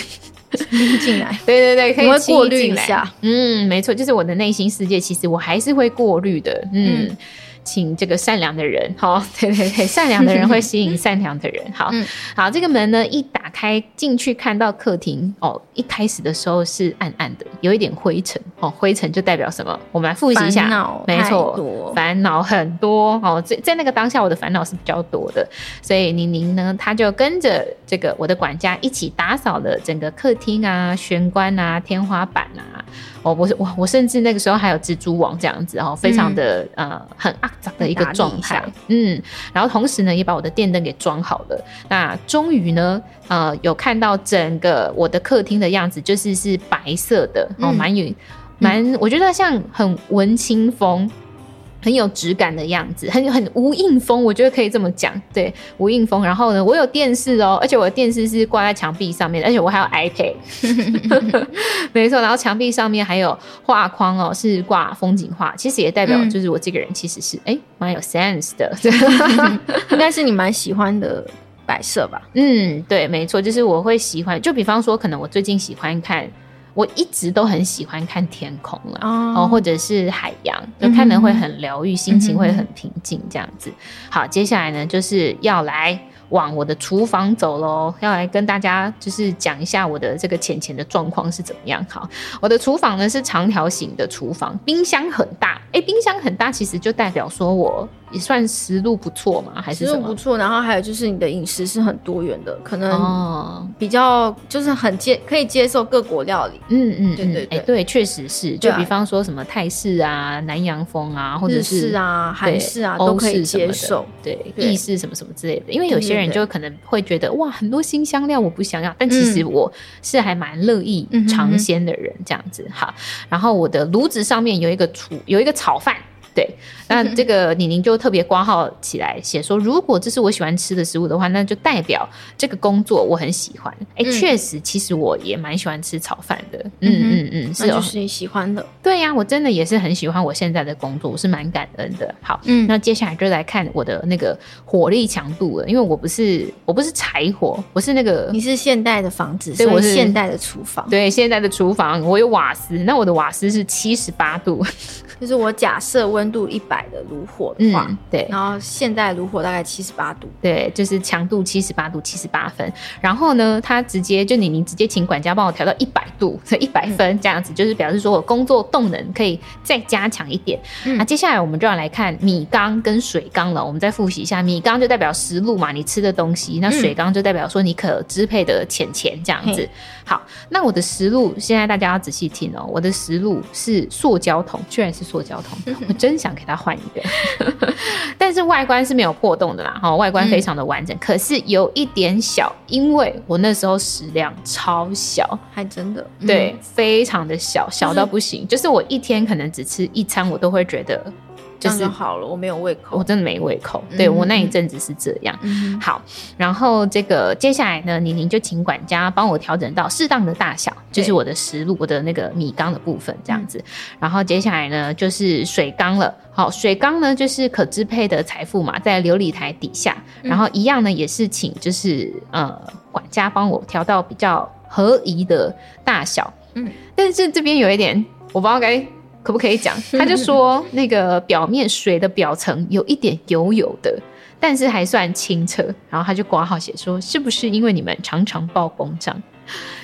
B: 进来，
A: 对对对， 可以
B: 我会
A: 轻易
B: 过滤
A: 进
B: 一
A: 来
B: 下。
A: 嗯，没错，就是我的内心世界，其实我还是会过滤的。嗯，
B: 嗯
A: 请这个善良的人， 好、对对对，善良的人会吸引善良的人。好，
B: 嗯
A: 好，这个门呢一打开进去，看到客厅哦，一开始的时候是暗暗的，有一点灰尘哦，灰尘就代表什么？我们来复习一
B: 烦
A: 下
B: 恼，
A: 没
B: 太
A: 错
B: 多，
A: 烦恼很多哦，在在那个当下，我的烦恼是比较多的。所以宁宁呢，她就跟着这个我的管家一起打扫了整个客厅啊、玄关啊、天花板啊。哦，我是我我甚至那个时候还有蜘蛛网这样子哦，非常的、呃很肮脏的一个
B: 嗯打理
A: 状
B: 一
A: 态
B: 下。
A: 嗯，然后同时呢，也把我的电灯给装好了。那终于呢，呃，有看到整个我的客厅的样子，就是是白色的，哦，
B: 嗯
A: 蛮有蛮，我觉得像很文青风。很有质感的样子，很很无印风，我觉得可以这么讲，对，无印风。然后呢，我有电视哦，而且我的电视是挂在墙壁上面，而且我还有 iPad，没 错。然后墙壁上面还有画框哦，是挂风景画，其实也代表
B: 嗯
A: 就是我这个人其实是哎蛮、有 sense 的，
B: 应该是你蛮喜欢的摆设吧？
A: 嗯，对，没错，就是我会喜欢，就比方说，可能我最近喜欢看，我一直都很喜欢看天空了。哦，
B: 哦
A: 或者是海洋，就
B: 嗯哼
A: 看了会很疗愈，心情
B: 嗯哼
A: 会很平静，这样子。好，接下来呢，就是要来往我的厨房走喽，要来跟大家就是讲一下我的这个浅浅的状况是怎么样。好，我的厨房呢是长条形的厨房，冰箱很大。哎、冰箱很大，其实就代表说我也算食路不错嘛，还是
B: 食
A: 什
B: 物不
A: 么？
B: 错，然嗯后还有就是你的饮食是很多元的，可能
A: 哦，
B: 比较就是很接可以接受各国料理，
A: 嗯嗯，
B: 对
A: 嗯
B: 对
A: 哎
B: 对
A: 对，确实是。
B: 对
A: 就
B: 啊
A: 比方说什么泰式啊、南洋风啊，或者
B: 日
A: 是
B: 式啊、
A: 对
B: 韩式啊
A: 欧
B: 都可以
A: 式什么
B: 接
A: 的
B: 受。
A: 对
B: 对
A: 意式什么什么之类的。因为有
B: 对对
A: 些人
B: 对
A: 就可能会觉得哇，很多新香料我不想要，但其实我是还蛮乐意
B: 嗯嗯哼
A: 尝
B: 哼
A: 鲜的人这样子。好，然后我的炉子上面有一个厨，有一个炒饭。对，
B: 嗯
A: 那这个李宁就特别挂号起来写说，如果这是我喜欢吃的食物的话，那就代表这个工作我很喜欢。哎、
B: 嗯
A: 确实，其实我也蛮喜欢吃炒饭的。嗯
B: 嗯哼
A: 嗯嗯，是
B: 那
A: 哦
B: 就，是你喜欢的，
A: 对呀、我真的也是很喜欢我现在的工作，我是蛮感恩的。好，
B: 嗯
A: 那接下来就来看我的那个火力强度了，因为我不是我不是柴火，我是那个
B: 你是现代的房子，
A: 对
B: 所以
A: 我是
B: 现代的厨房，
A: 对现在的厨房，我有瓦斯，那我的瓦斯是七十八度，
B: 就是我假设温度一百的炉火的话，
A: 嗯，对。
B: 然后现代炉火大概七十八度，
A: 对，就是强度七十八度，七十八分。然后呢，他直接就你你直接请管家帮我调到一百度，所以一百分这样子，就是表示说我工作动能可以再加强一点。那、
B: 嗯
A: 接下来我们就要来看米缸跟水缸了。我们再复习一下，米缸就代表食物嘛，你吃的东西；那水缸就代表说你可支配的钱钱这样子。好，那我的食物现在大家要仔细听哦，我的食物是塑胶桶，居然是塑胶 桶，我真想给它换一个。 但是外观是没有破洞的啦，哈，外观非常的
B: 嗯
A: 完整，可是有一点小，因为我那时候食量超小，
B: 还真的嗯
A: 对，非常的小，小到不行，就是我一天可能只吃一餐，我都会觉得就
B: 这样
A: 是
B: 就好了，我没有胃口。
A: 我真的没胃口。对
B: 嗯
A: 我那一
B: 嗯
A: 阵子是这样。
B: 嗯哼，
A: 好，然后这个接下来呢，宁宁就请管家帮我调整到适当的大小，就是
B: 对
A: 我的食物我的那个米缸的部分这样子。然后接下来呢，就是水缸了。好，水缸呢就是可支配的财富嘛，在琉璃台底下。然后一样呢，也是请就是呃管家帮我调到比较合宜的大小。
B: 嗯，
A: 但是这边有一点我不知道该。可不可以讲？他就说那个表面水的表层有一点油油的，但是还算清澈。然后他就挂号写说，是不是因为你们常常报公账？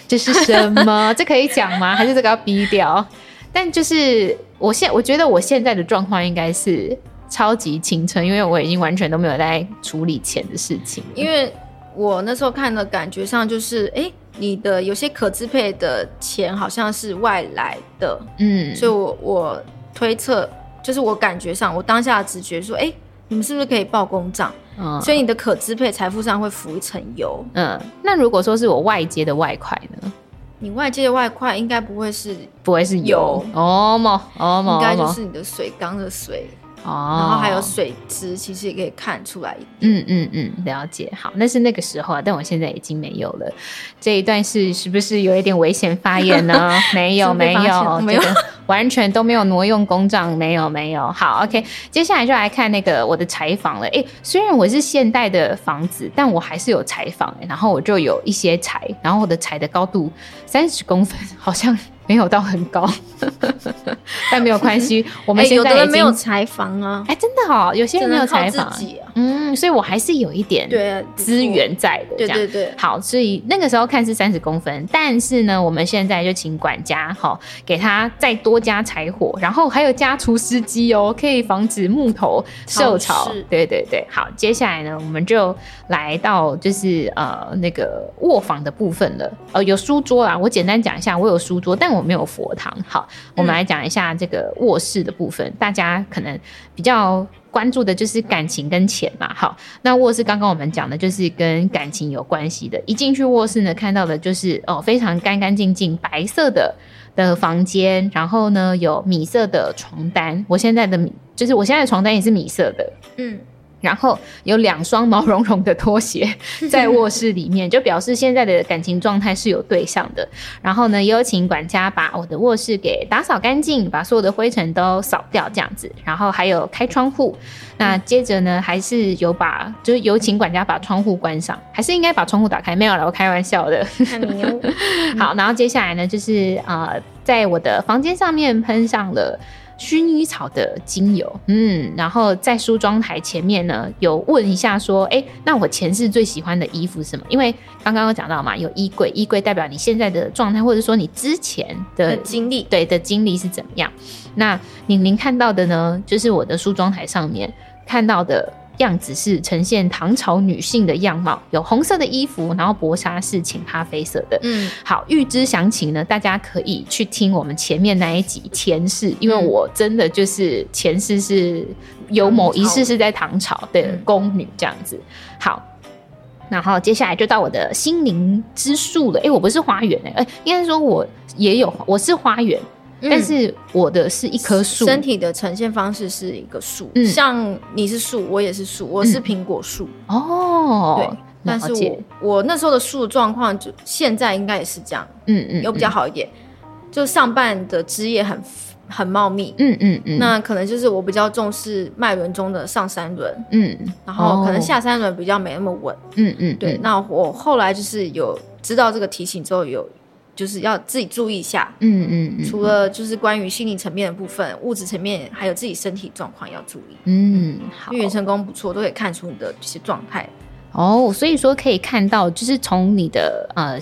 A: 这是什么？这可以讲 吗？还是这个要逼掉？但就是我现我觉得我现在的状况应该是超级清澈，因为我已经完全都没有在处理钱的事情了。
B: 因为我那时候看的感觉上就是，哎、你的有些可支配的钱好像是外来的，
A: 嗯，
B: 所以我我推测，就是我感觉上，我当下的直觉说，哎、你们是不是可以报公账？
A: 嗯
B: 所以你的可支配财富上会浮一层油。
A: 嗯，那如果说是我外接的外快呢？
B: 你外界的外快应该不会是，
A: 不会是有
B: 有
A: 哦么哦么，
B: 应该就
A: 哦
B: 是你的水缸的水，
A: 哦，
B: 然后还有水质，其实也可以看出来。
A: 嗯嗯嗯，了解。好，那是那个时候啊，但我现在已经没有了。这一段是是不是有一点危险发言 呢？没有
B: 是被
A: 没
B: 发现
A: 有
B: 没有，
A: 这个完全都没有挪用公账，没有没有。好，OK，接下来就来看那个我的采访了。诶，虽然我是现代的房子，但我还是有采访、诶然后我就有一些柴，然后我的柴的高度三十公分， 好像没有到很高， 但没有关 系。我
B: 我
A: 们现
B: 哎有
A: 在
B: 的
A: 已
B: 人
A: 经
B: 没有采访啊，
A: 哎、真的哦，有些
B: 只
A: 人没有
B: 能靠
A: 采
B: 自
A: 访。
B: 己啊。
A: 嗯，所以我还是有一点
B: 对啊，不错
A: 资，源在的，这
B: 对
A: 样
B: 对对，
A: 好，所以那个时候看是三十公分，但是呢，我们现在就请管家哈、齁给他再多加柴火，然后还有加除湿机哦，可以防止木头受潮
B: 潮湿。
A: 对对对，好，接下来呢，我们就来到就是呃那个卧房的部分了。呃，有书桌啦，我简单讲一下，我有书桌，但我没有佛堂。好，我们
B: 嗯
A: 来讲一下这个卧室的部分，大家可能比较。关注的就是感情跟钱嘛，好，那卧室刚刚我们讲的就是跟感情有关系的。一进去卧室呢，看到的就是哦非常干干净净白色的的房间，然后呢有米色的床单，我现在的米就是我现在的床单也是米色的，
B: 嗯，
A: 然后有两双毛茸茸的拖鞋 在卧室里面，就表示现在的感情状态是有对象的。然后呢，也有请管家把我的卧室给打扫干净，把所有的灰尘都扫掉，这样子。然后还有开窗户。那接着呢，还是有把就是有请管家把窗户关上，还是应该把窗户打开？没有了，我开玩笑的。
B: 看你有
A: 好，然后接下来呢，就是呃，在我的房间上面喷上了薰衣草的精油，嗯，然后在梳妆台前面呢，有问一下说，哎、那我前世最喜欢的衣服是什么？因为刚刚有讲到嘛，有衣柜，衣柜代表你现在的状态，或者说你之前的
B: 的经历，
A: 对的经历是怎么样。那宁宁看到的呢，就是我的梳妆台上面看到的样子是呈现唐朝女性的样貌，有红色的衣服，然后薄纱是浅咖啡色的。
B: 嗯，
A: 好，预知详情呢，大家可以去听我们前面那一集前世，因为
B: 嗯
A: 我真的就是前世是有某一世是在唐朝的
B: 嗯
A: 宫女这样子。好。然后接下来就到我的心灵之树了。哎，我不是花园哎、诶应该说我也有，我是花园，但是我的是一棵树。
B: 嗯身体的呈现方式是一个树，
A: 嗯
B: 像你是树，我也是树，我是苹果树，
A: 哦
B: 对，。但是
A: 了解
B: 我我那时候的树状况，就现在应该也是这样，
A: 嗯嗯，
B: 有比较好一点。就上半的枝叶很很茂密，
A: 嗯嗯嗯，
B: 那可能就是我比较重视脉轮中的上三轮，
A: 嗯
B: 然后可能
A: 哦
B: 下三轮比较没那么稳。
A: 嗯嗯
B: 对，
A: 嗯
B: 那我后来就是有知道这个提醒之后有，就是要自己注意一下，
A: 嗯嗯嗯，
B: 除了就是关于心理层面的部分，物质层面还有自己身体状况要注意。
A: 嗯好
B: 因为。元成功不错，都可以看出你的一些状态。
A: 哦，所以说可以看到，就是从你的呃，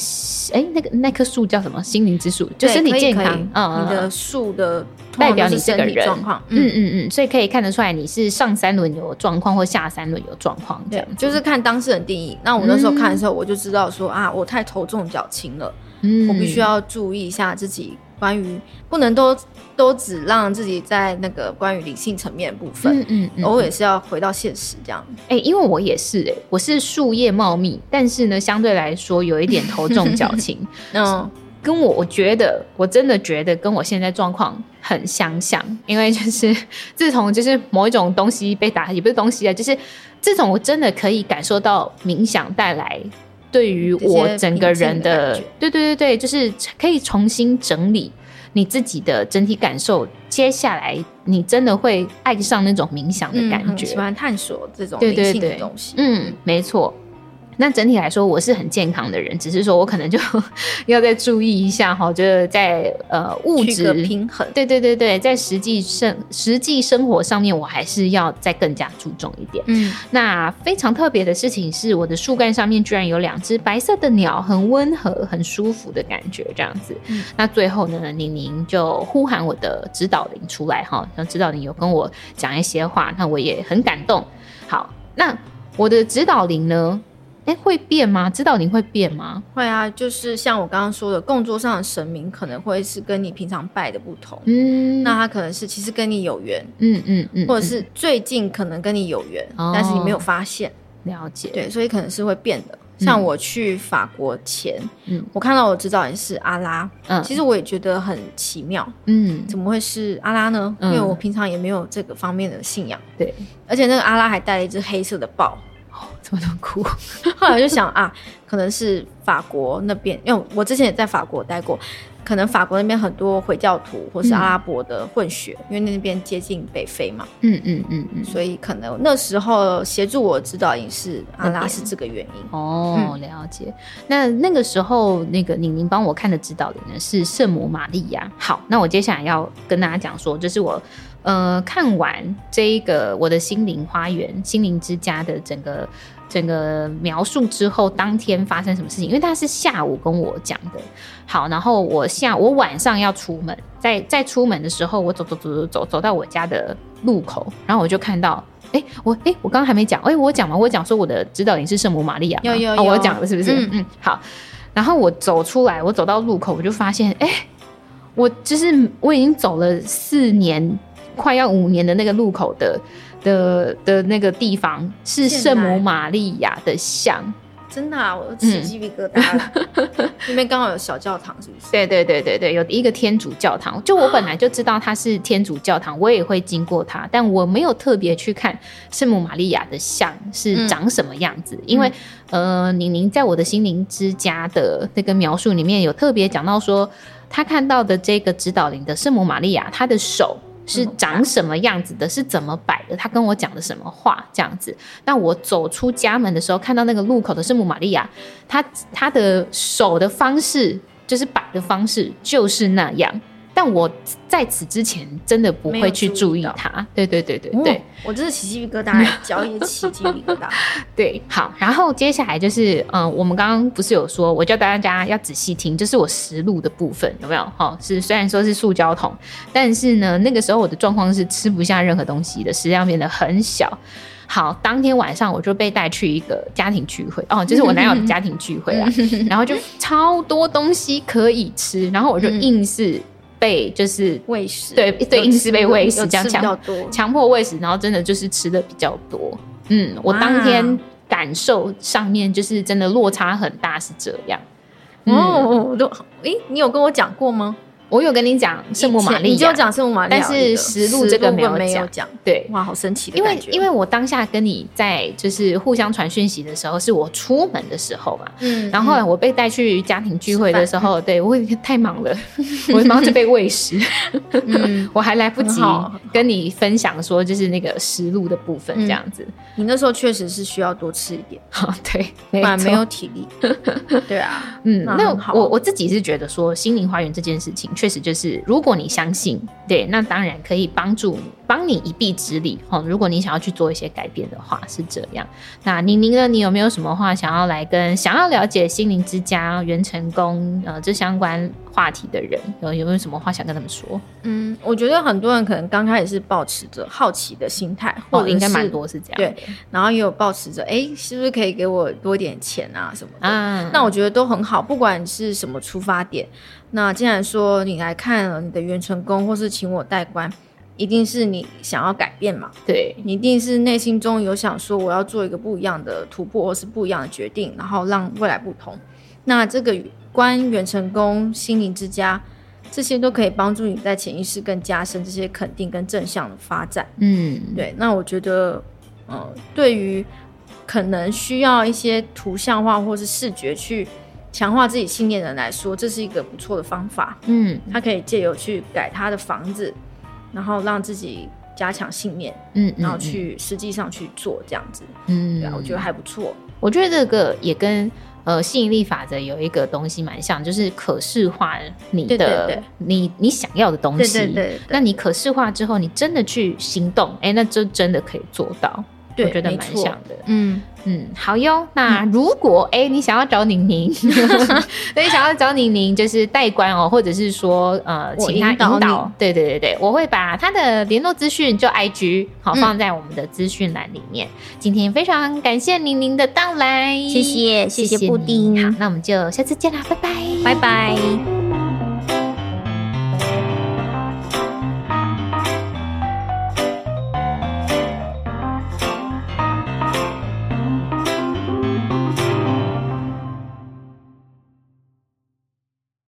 A: 哎、那个那棵树叫什么？心灵之树，就
B: 对
A: 身体
B: 可以
A: 健
B: 可以
A: 康，嗯，
B: 你的树的通
A: 代
B: 常
A: 表
B: 都
A: 你
B: 是
A: 这个
B: 身体
A: 人
B: 状况，
A: 嗯
B: 嗯，
A: 嗯嗯，所以可以看得出来你是上三轮有状况或下三轮有状况这
B: 对
A: 样，子，
B: 就是看当事人定义。那我那时候看的时候，我就知道说啊，我太头重脚轻了，
A: 嗯
B: 我必须要注意一下自己关于不能都都只让自己在那个关于理性层面的部分，
A: 嗯嗯嗯，
B: 偶尔是要回到现实这样。
A: 哎、因为我也是哎、我是树叶茂密，但是呢，相对来说有一 点头重脚轻，
B: 嗯，
A: 跟我我觉得我真的觉得跟我现在状况很相像，因为就是 自从就是某一种东西被打，也不是东西啊，就是自从我真的可以感受到冥想带来对于我整个人
B: 这些平静的感觉
A: 对对对对，就是可以重新整理你自己的整体感受，接下来你真的会爱上那种冥想的感
B: 嗯很
A: 觉。
B: 喜欢探索这种
A: 对
B: 灵
A: 对
B: 性的
A: 对
B: 东西。
A: 嗯，没错。那整体来说，我是很健康的人，只是说我可能就 要再注意一下哈，就是在呃物
B: 去个
A: 质
B: 平衡，
A: 对对对对，在实际生实际生活上面，我还是要再更加注重一点。
B: 嗯，
A: 那非常特别的事情是，我的树干上面居然有两只白色的鸟，很温和、很舒服的感觉，这样子。
B: 嗯
A: 那最后呢，宁宁就呼喊我的指导灵出来哈，那指导灵有跟我讲一些话，那我也很感动。好，那我的指导灵呢？哎，会变吗？指导灵会变吗？
B: 会啊，就是像我刚刚说的，供桌上的神明可能会是跟你平常拜的不同，
A: 嗯，
B: 那他可能是其实跟你有缘，
A: 嗯嗯嗯，
B: 或者
A: 嗯
B: 是最近可能跟你有缘，
A: 哦
B: 但是你没有发现，
A: 嗯了解，
B: 对，所以可能是会变的。
A: 嗯
B: 像我去法国前，
A: 嗯
B: 我看到我指导人是阿拉，
A: 嗯，
B: 其实我也觉得很奇妙，
A: 嗯
B: 怎么会是阿拉呢？因
A: 嗯
B: 为我平常也没有这个方面的信仰，
A: 对，
B: 而且那个阿拉还带了一只黑色的豹，
A: 怎么能哭？
B: 后来就想啊，可能是法国那边，因为我之前也在法国待过，可能法国那边很多回教徒或是阿拉伯的混血，因为那边接近北非嘛，
A: 嗯嗯嗯嗯，
B: 所以可能那时候协助我指导影视阿
A: 那
B: 拉
A: 边
B: 是这个原因。
A: 哦，了解。那那个时候，那个宁宁帮我看的指导的呢是圣母玛利亚。好，那我接下来要跟大家讲说，就是我呃看完这一个我的心灵花园、心灵之家的整个整个描述之后，当天发生什么事情？因为他是下午跟我讲的。好，然后我下我晚上要出门，在在出门的时候，我走走走走走走到我家的路口，然后我就看到。哎、我哎、我刚刚还没讲，哎、我讲嘛，我讲说我的指导灵是圣母玛利亚吗，
B: 有有
A: 哦我
B: 有
A: 讲了是不是？
B: 嗯
A: 嗯嗯，好。然后我走出来，我走到路口，我就发现，哎、我就是我已经走了四年，快要五年的那个路口的的的那个地方是
B: 现
A: 圣母
B: 代
A: 玛利亚的像，
B: 真的、啊，我都起鸡皮疙瘩了。那边刚好有小教堂，是不是？
A: 对对对对对，有一个天主教堂，就我本来就知道它是天主教堂，我也会经过它，但我没有特别去看圣母玛利亚的像是长什么样子，因为呃，宁宁在我的心灵之家的那个描述里面有特别讲到说，她看到的这个指导灵的圣母玛利亚，她的手。是长什么样子的，是怎么摆的？她跟我讲的什么话？这样子，那我走出家门的时候，看到那个路口的圣母玛利亚，她她的手的方式，就是摆的方式，就是那样。但我在此之前真的不
B: 没有
A: 会去
B: 注
A: 注
B: 意
A: 意
B: 到
A: 它。对对对对对、
B: 哦，我真的起鸡皮疙瘩，脚也起鸡皮疙瘩。
A: 对，好。然后接下来就是，嗯，我们刚刚不是有说，我叫大家要仔细听，这是我实录的部分，有没有？哈、是虽然说是塑胶桶，但是呢，那个时候我的状况是吃不下任何东西的，食量变得很小。好，当天晚上我就被带去一个家庭聚会，哦，就是我男友的家庭聚会啊，然后就超多东西可以吃，然后我就
B: 嗯
A: 硬是被就是
B: 喂食，
A: 对对
B: 有
A: 硬
B: 吃
A: 是被喂食
B: 有
A: 这样
B: 吃比
A: 讲
B: 较多。
A: 强迫喂食，然后真的就是吃的比较多。嗯，我当天感受上面就是真的落差很大，是这样。
B: 哦，
A: 哦，
B: 我我都诶，你有跟我讲过吗？
A: 我有跟你讲圣母玛
B: 以前
A: 利
B: 你就
A: 亚，
B: 讲圣母玛利亚，
A: 但是实录这个没有
B: 没
A: 讲
B: 有讲。
A: 对，
B: 哇，好神奇的
A: 因为
B: 感觉
A: 因为我当下跟你在就是互相传讯息的时候，是我出门的时候嘛。
B: 嗯
A: 然后后来我被带去家庭聚会的时候，对我也太忙 了，我马上就被喂食，
B: 嗯，
A: 我还来不及
B: 很好很
A: 跟你分享说就是那个实录的部分这样子。
B: 你那时候确实是需要多吃一点，
A: 好，对，
B: 不
A: 没
B: 然
A: 错
B: 没有体力。对啊，
A: 嗯，
B: 那
A: 那
B: 很好
A: 我我自己是觉得说，心灵花园这件事情，确实就是，如果你相信，对，那当然可以帮助你，帮你一臂之力。哦，如果你想要去做一些改变的话，是这样。那宁宁呢，你有没有什么话想要来跟想要了解心灵之家、元成功呃这相关话题的人，有有没有什么话想跟他们说？
B: 嗯，我觉得很多人可能刚开始是保持着好奇的心态，或
A: 哦，
B: 者
A: 应该蛮
B: 是，
A: 多是这样
B: 对
A: 的。
B: 然后也有保持着，哎，是不是可以给我多点钱啊什么的。
A: 啊，
B: 那我觉得都很好，不管是什么出发点。那既然说你来看了你的元成功，或是请我代观，一定是你想要改变嘛？
A: 对，
B: 你一定是内心中有想说我要做一个不一样的突破，或是不一样的决定，然后让未来不同。那这个关元成功心灵之家这些都可以帮助你在潜意识更加深这些肯定跟正向的发展。
A: 嗯，
B: 对，那我觉得，呃，对于可能需要一些图像化或是视觉去强化自己信念的人来说，这是一个不错的方法。
A: 嗯
B: 他可以借由去改他的房子，然后让自己加强信念，
A: 嗯，
B: 然后去实际上去做这样子。
A: 嗯，嗯
B: 对啊，我觉得还不错。
A: 我觉得这个也跟呃吸引力法则有一个东西蛮像，就是可视化你的
B: 对对对
A: 你你想要的东
B: 对
A: 西。
B: 对对
A: 那你可视化之后，你真的去行动，哎、那就真的可以做到。
B: 对，
A: 我觉得
B: 没
A: 蛮
B: 错
A: 像的。
B: 嗯，
A: 嗯，好哟。那如果哎、诶你想要找宁 宁，所以想要找宁宁就是代官哦，或者是说呃，
B: 我
A: 请他
B: 引导
A: 引导
B: 你。
A: 对对对对，我会把他的联络资讯就 IG 好
B: 嗯
A: 放在我们的资讯栏里面。今天非常感谢宁宁的到来，
B: 谢谢，谢
A: 谢
B: 谢
A: 谢
B: 布
A: 你好
B: 丁，，
A: 那我们就下次见啦，拜拜，
B: 拜拜。